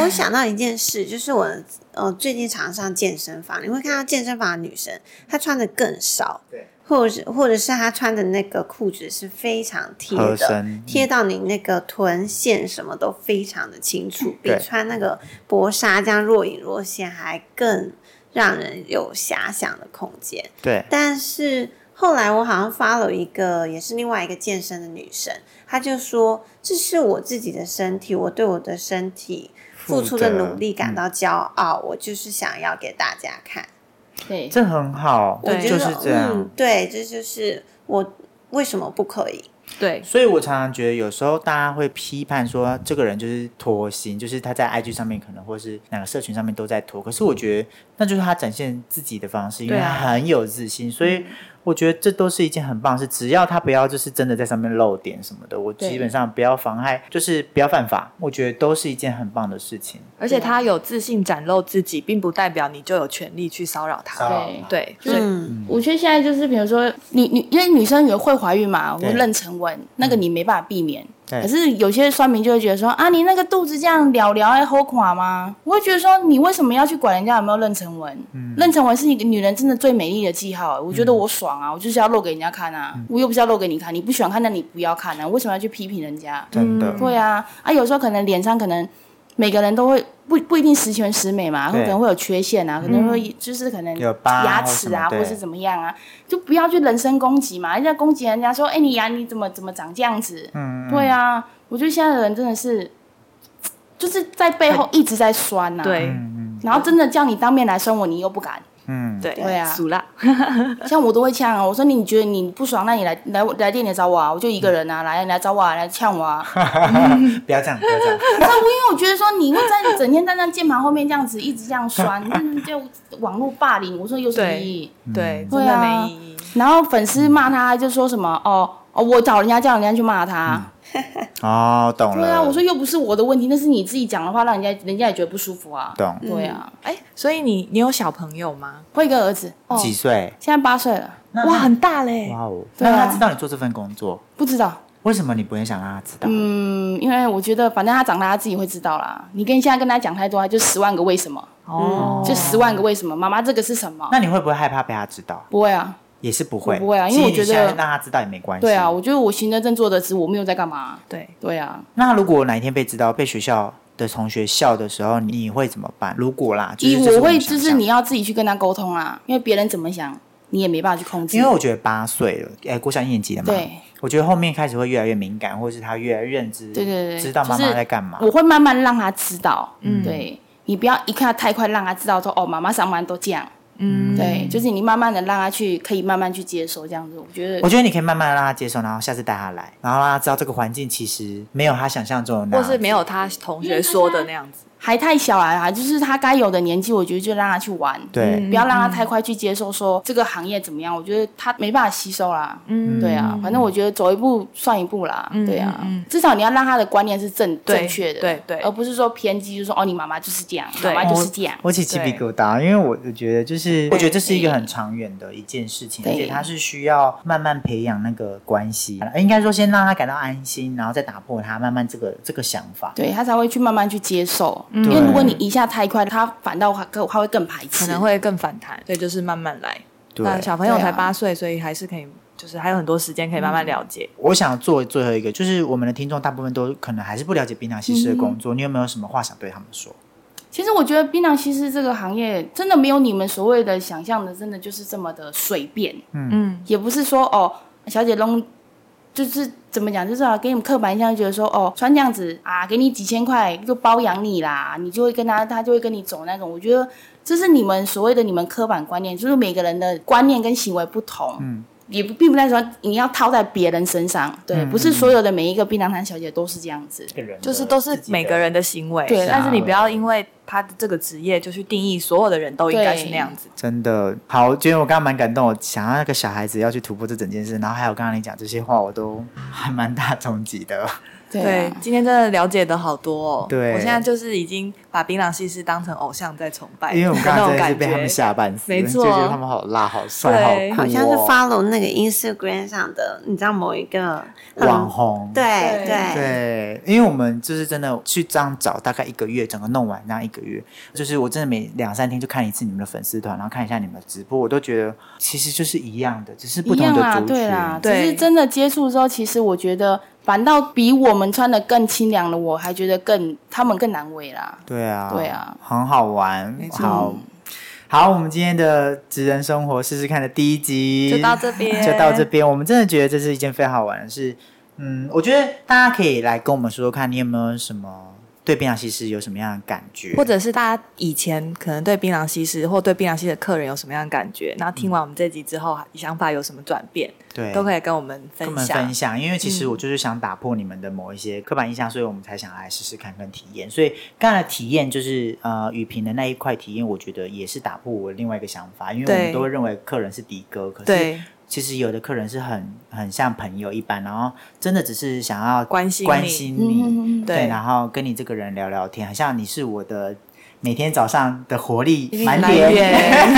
[SPEAKER 4] 我想到一件事，就是我呃最近常上健身房，你会看到健身房的女生，她穿的更少，
[SPEAKER 2] 对，
[SPEAKER 4] 或者是或者是她穿的那个裤子是非常贴
[SPEAKER 2] 合
[SPEAKER 4] 的
[SPEAKER 2] 身，
[SPEAKER 4] 贴到你那个臀线什么都非常的清楚，比
[SPEAKER 2] 对
[SPEAKER 4] 穿那个薄纱这样若隐若现还更让人有遐想的空间。
[SPEAKER 2] 对，
[SPEAKER 4] 但是后来我好像发了一个，也是另外一个健身的女生，她就说这是我自己的身体，我对我的身体
[SPEAKER 2] 负
[SPEAKER 4] 付出的
[SPEAKER 2] 责
[SPEAKER 4] 努力感到骄傲，我就是想要给大家看。
[SPEAKER 3] 对，
[SPEAKER 2] 这很好，
[SPEAKER 4] 我
[SPEAKER 1] 对
[SPEAKER 4] 觉
[SPEAKER 2] 就
[SPEAKER 4] 得，
[SPEAKER 2] 是这样。
[SPEAKER 4] 嗯，对，这就是我为什么不可以？
[SPEAKER 1] 对，
[SPEAKER 2] 所以我常常觉得，有时候大家会批判说这个人就是拖行，就是他在 IG 上面可能或是哪个社群上面都在拖。可是我觉得那就是他展现自己的方式，因为
[SPEAKER 1] 对啊
[SPEAKER 2] 他很有自信，所以我觉得这都是一件很棒的事。只要他不要就是真的在上面露点什么的，我
[SPEAKER 3] 对
[SPEAKER 2] 基本上不要妨碍，就是不要犯法，我觉得都是一件很棒的事情。
[SPEAKER 1] 而且他有自信展露自己，并不代表你就有权利去骚扰他。
[SPEAKER 3] 对
[SPEAKER 1] 对，所以
[SPEAKER 4] 嗯，
[SPEAKER 3] 我觉得现在就是，比如说女女，因为女生也会怀孕嘛，
[SPEAKER 2] 对
[SPEAKER 3] 我妊娠纹那个你没办法避免。
[SPEAKER 2] 对
[SPEAKER 3] 可是有些酸民就会觉得说啊，你那个肚子这样聊聊还齁垮吗？我会觉得说，你为什么要去管人家有没有妊娠纹？
[SPEAKER 2] 嗯
[SPEAKER 3] 妊娠纹是一个女人真的最美丽的记号、我觉得我爽啊，我就是要露给人家看啊，
[SPEAKER 2] 嗯
[SPEAKER 3] 我又不是要露给你看，你不喜欢看那你不要看啊，为什么要去批评人家？
[SPEAKER 2] 真的，
[SPEAKER 3] 对啊，啊，有时候可能脸上可能每个人都会不不一定十全十美嘛，可
[SPEAKER 2] 对嗯
[SPEAKER 3] 能会有缺陷啊，可能会就是可能
[SPEAKER 2] 有疤
[SPEAKER 3] 牙齿啊，
[SPEAKER 2] 或什么对
[SPEAKER 3] 或是怎么样啊，就不要去人身攻击嘛，人家攻击人家说，哎、你牙你怎么怎么长这样子？
[SPEAKER 2] 嗯，
[SPEAKER 3] 对啊，我觉得现在的人真的是就是在背后一直在酸呐、啊，，
[SPEAKER 1] 对
[SPEAKER 2] 嗯
[SPEAKER 3] 然后真的叫你当面来酸我，你又不敢。
[SPEAKER 2] 嗯，嗯，
[SPEAKER 1] 对
[SPEAKER 3] 对啊
[SPEAKER 1] 俗辣，
[SPEAKER 3] 像我都会呛啊，我说你觉得你不爽，那你来来我来店里找我啊，我就一个人啊，来来找我啊，来呛我啊，
[SPEAKER 2] 嗯不要这样，不要这
[SPEAKER 3] *laughs*
[SPEAKER 2] 样，
[SPEAKER 3] 因为我觉得说你会在整天在那键盘后面这样子一直这样酸，嗯，就网络霸凌，我说有什么意义？
[SPEAKER 2] 嗯
[SPEAKER 1] 对，真
[SPEAKER 3] 对
[SPEAKER 1] 的
[SPEAKER 3] 啊
[SPEAKER 1] 没意义。
[SPEAKER 3] 然后粉丝骂他还就说什么哦哦，我找人家叫人家去骂他，
[SPEAKER 2] 哦，懂了，
[SPEAKER 3] 对啊，我说又不是我的问题，那是你自己讲的话，让人家人家也觉得不舒服啊。
[SPEAKER 2] 懂，
[SPEAKER 3] 对啊，
[SPEAKER 1] 哎，所以你你有小朋友吗？
[SPEAKER 3] 我有一个儿子，哦，
[SPEAKER 2] 几岁？
[SPEAKER 3] 现在八岁了，
[SPEAKER 1] 哇，很大嘞
[SPEAKER 2] 哇，哦，
[SPEAKER 3] 对
[SPEAKER 2] 那
[SPEAKER 3] 啊
[SPEAKER 2] 他知道你做这份工作。
[SPEAKER 3] 不知道，
[SPEAKER 2] 为什么你不会想让他知道？
[SPEAKER 3] 嗯，因为我觉得反正他长大他自己会知道啦。你跟现在跟他讲太多，他就十万个为什么，
[SPEAKER 1] 哦，
[SPEAKER 3] 就十万个为什么，妈妈这个是什么？
[SPEAKER 2] 那你会不会害怕被他知道？
[SPEAKER 3] 不会啊，
[SPEAKER 2] 也是不会，
[SPEAKER 3] 我不会啊因为
[SPEAKER 2] 其实
[SPEAKER 3] 我觉得
[SPEAKER 2] 你现在让他知道也没关系。
[SPEAKER 3] 对啊，我觉得我行得正坐得直，我没有在干嘛、
[SPEAKER 2] 嗯
[SPEAKER 1] 对，
[SPEAKER 3] 对啊，
[SPEAKER 2] 那如果哪一天被知道，被学校的同学笑的时候，你会怎么办？如果啦，就是
[SPEAKER 3] 以
[SPEAKER 2] 这是
[SPEAKER 3] 我会
[SPEAKER 2] 们
[SPEAKER 3] 就
[SPEAKER 2] 想
[SPEAKER 3] 是
[SPEAKER 2] 象
[SPEAKER 3] 你，要自己去跟他沟通啦，因为别人怎么想你也没办法去控制。
[SPEAKER 2] 因为我觉得八岁了，哎，国小一年级了嘛，
[SPEAKER 3] 对，
[SPEAKER 2] 我觉得后面开始会越来越敏感，或是他越来越认知，
[SPEAKER 3] 对对对
[SPEAKER 2] 知道妈
[SPEAKER 3] 就
[SPEAKER 2] 妈
[SPEAKER 3] 是
[SPEAKER 2] 在干嘛。
[SPEAKER 3] 我会慢慢让他知道，
[SPEAKER 1] 嗯
[SPEAKER 3] 对你不要一看他太快让他知道说哦，妈妈上班都这样，
[SPEAKER 1] 嗯，
[SPEAKER 3] 对，就是你慢慢的让他去可以慢慢去接受这样子，我觉
[SPEAKER 2] 我
[SPEAKER 3] 得
[SPEAKER 2] 觉得你可以慢慢地让他接受，然后下次带他来，然后让他知道这个环境其实没有他想象中的那
[SPEAKER 1] 或
[SPEAKER 2] 样。
[SPEAKER 1] 是没有他同学说的那样子，
[SPEAKER 3] 还太小了啊，就是他该有的年纪，我觉得就让他去玩，
[SPEAKER 1] 嗯
[SPEAKER 2] 对，
[SPEAKER 3] 不要让他太快去接受说这个行业怎么样，我觉得他没办法吸收啦。
[SPEAKER 1] 嗯
[SPEAKER 3] 对啊，反正我觉得走一步算一步啦。对啊，至少你要让他的观念是正
[SPEAKER 1] 嗯对
[SPEAKER 3] 正确的，
[SPEAKER 1] 对对
[SPEAKER 3] 而不是说偏激，就说哦，你妈妈就是这样，妈
[SPEAKER 1] 对
[SPEAKER 3] 妈就是
[SPEAKER 2] 我
[SPEAKER 3] 这样。
[SPEAKER 2] 我起鸡皮疙瘩，因为我我觉得就是，我觉得这是一个很长远的一件事情，
[SPEAKER 3] 对
[SPEAKER 2] 而且它是需要慢慢培养那个关系，呃应该说先让他感到安心，然后再打破他慢慢这个这个想法。
[SPEAKER 3] 对他才会去慢慢去接受，
[SPEAKER 1] 嗯
[SPEAKER 3] 因
[SPEAKER 2] 对
[SPEAKER 3] 为如果你一下太快，他反倒他他会更排斥，
[SPEAKER 1] 可能会更反弹，所以就是慢慢来。
[SPEAKER 2] 对，
[SPEAKER 1] 那小朋友
[SPEAKER 3] 对啊
[SPEAKER 1] 才八岁，所以还是可以，就是还有很多时间可以慢
[SPEAKER 2] 嗯
[SPEAKER 1] 慢了解。
[SPEAKER 2] 我想做最后一个，就是我们的听众大部分都可能还是不了解槟榔西
[SPEAKER 1] 嗯
[SPEAKER 2] 施的工作，你有没有什么话想对他们说？
[SPEAKER 3] 其实我觉得槟榔西施这个行业真的没有你们所谓的想象的，真的就是这么的随便，
[SPEAKER 1] 嗯，
[SPEAKER 3] 也不是说哦，小姐弄就是怎么讲，就是啊，给你们刻板印象，觉得说哦，穿这样子啊，给你几千块就包养你啦，你就会跟他，他就会跟你走那种。我觉得这是你们所谓的你们刻板观念，就是每个人的观念跟行为不同，
[SPEAKER 2] 嗯，
[SPEAKER 3] 也不并不代表说你要套在别人身上，对，
[SPEAKER 2] 嗯
[SPEAKER 3] 不是所有的每一个槟榔摊小姐都是这样子，
[SPEAKER 2] 这个人的
[SPEAKER 1] 就是都是
[SPEAKER 2] 自己的
[SPEAKER 1] 每个人的行为，
[SPEAKER 3] 对
[SPEAKER 1] 但是你不要因为他的这个职业就去定义所有的人都应该是那样子。
[SPEAKER 2] 真的好，觉得我刚刚蛮感动，我想要那个小孩子要去突破这整件事，然后还有刚刚你讲这些话，我都还蛮大冲击的。
[SPEAKER 3] 对
[SPEAKER 1] 对
[SPEAKER 3] 啊，
[SPEAKER 1] 今天真的了解的好多哦。
[SPEAKER 2] 对
[SPEAKER 1] 我现在就是已经把槟榔西施当成偶像在崇拜，
[SPEAKER 2] 因为我们刚
[SPEAKER 1] 那
[SPEAKER 2] 刚
[SPEAKER 1] 种
[SPEAKER 2] 真的是
[SPEAKER 1] 感
[SPEAKER 2] 被他们
[SPEAKER 1] 觉。
[SPEAKER 2] 吓半死，
[SPEAKER 1] 没错
[SPEAKER 2] 就觉得他们好辣、好帅、好
[SPEAKER 1] 对
[SPEAKER 2] 酷、哦，
[SPEAKER 4] 好像是 follow 那个 Instagram 上的，你知道某一个很
[SPEAKER 2] 网红。
[SPEAKER 4] 对
[SPEAKER 3] 对
[SPEAKER 4] 对
[SPEAKER 2] 对，因为我们就是真的去这样找，大概一个月，整个弄完那样一个月，就是我真的每两三天就看一次你们的粉丝团，然后看一下你们的直播，我都觉得其实就是一样的，只是不
[SPEAKER 3] 一
[SPEAKER 2] 同
[SPEAKER 3] 样
[SPEAKER 2] 的
[SPEAKER 3] 啦，
[SPEAKER 2] 族群。
[SPEAKER 3] 对啦，只
[SPEAKER 1] 对
[SPEAKER 3] 是真的接触之后，其实我觉得反倒比我们穿的更清凉了，我还觉得更他们更难为啦。
[SPEAKER 2] 对啊，
[SPEAKER 3] 对啊，
[SPEAKER 2] 很好玩，好。好，我们今天的职人生活试试看的第一集
[SPEAKER 1] 就到这边，
[SPEAKER 2] 就到这边。我们真的觉得这是一件非常好玩的事。嗯，我觉得大家可以来跟我们说说看，你有没有什么对槟榔西施有什么样的感觉？
[SPEAKER 1] 或者是大家以前可能对槟榔西施或对槟榔西施的客人有什么样的感觉？然后听完我们这集之后，想法有什么转变，
[SPEAKER 2] 对，
[SPEAKER 1] 都可以跟我们
[SPEAKER 2] 跟
[SPEAKER 1] 分
[SPEAKER 2] 我们
[SPEAKER 1] 享嗯
[SPEAKER 2] 分。享。因为其实我就是想打破你们的某一些刻板印象，所以我们才想来试试看跟体验。所以刚才的体验就是呃雨萍的那一块体验，我觉得也是打破我另外一个想法，因为我们
[SPEAKER 1] 对
[SPEAKER 2] 都会认为客人是的哥，可是
[SPEAKER 1] 对，
[SPEAKER 2] 其实有的客人是很很像朋友一般，然后真的只是想要
[SPEAKER 1] 关心你
[SPEAKER 2] 关心你。
[SPEAKER 3] 嗯，
[SPEAKER 1] 对
[SPEAKER 2] 对，然后跟你这个人聊聊天，好像你是我的每天早上的活力满点。
[SPEAKER 1] 点，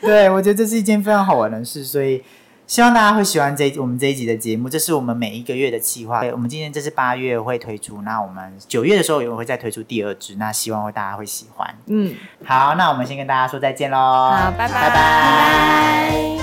[SPEAKER 2] 对，我觉得这是一件非常好玩的事，所以希望大家会喜欢这一我们这一集的节目。这是我们每一个月的计划，对我们今天这是八月会推出，那我们九月的时候也会再推出第二支，那希望会大家会喜欢。
[SPEAKER 1] 嗯。
[SPEAKER 2] 好，那我们先跟大家说再见喽，
[SPEAKER 1] 好拜拜
[SPEAKER 2] 拜拜
[SPEAKER 3] 拜。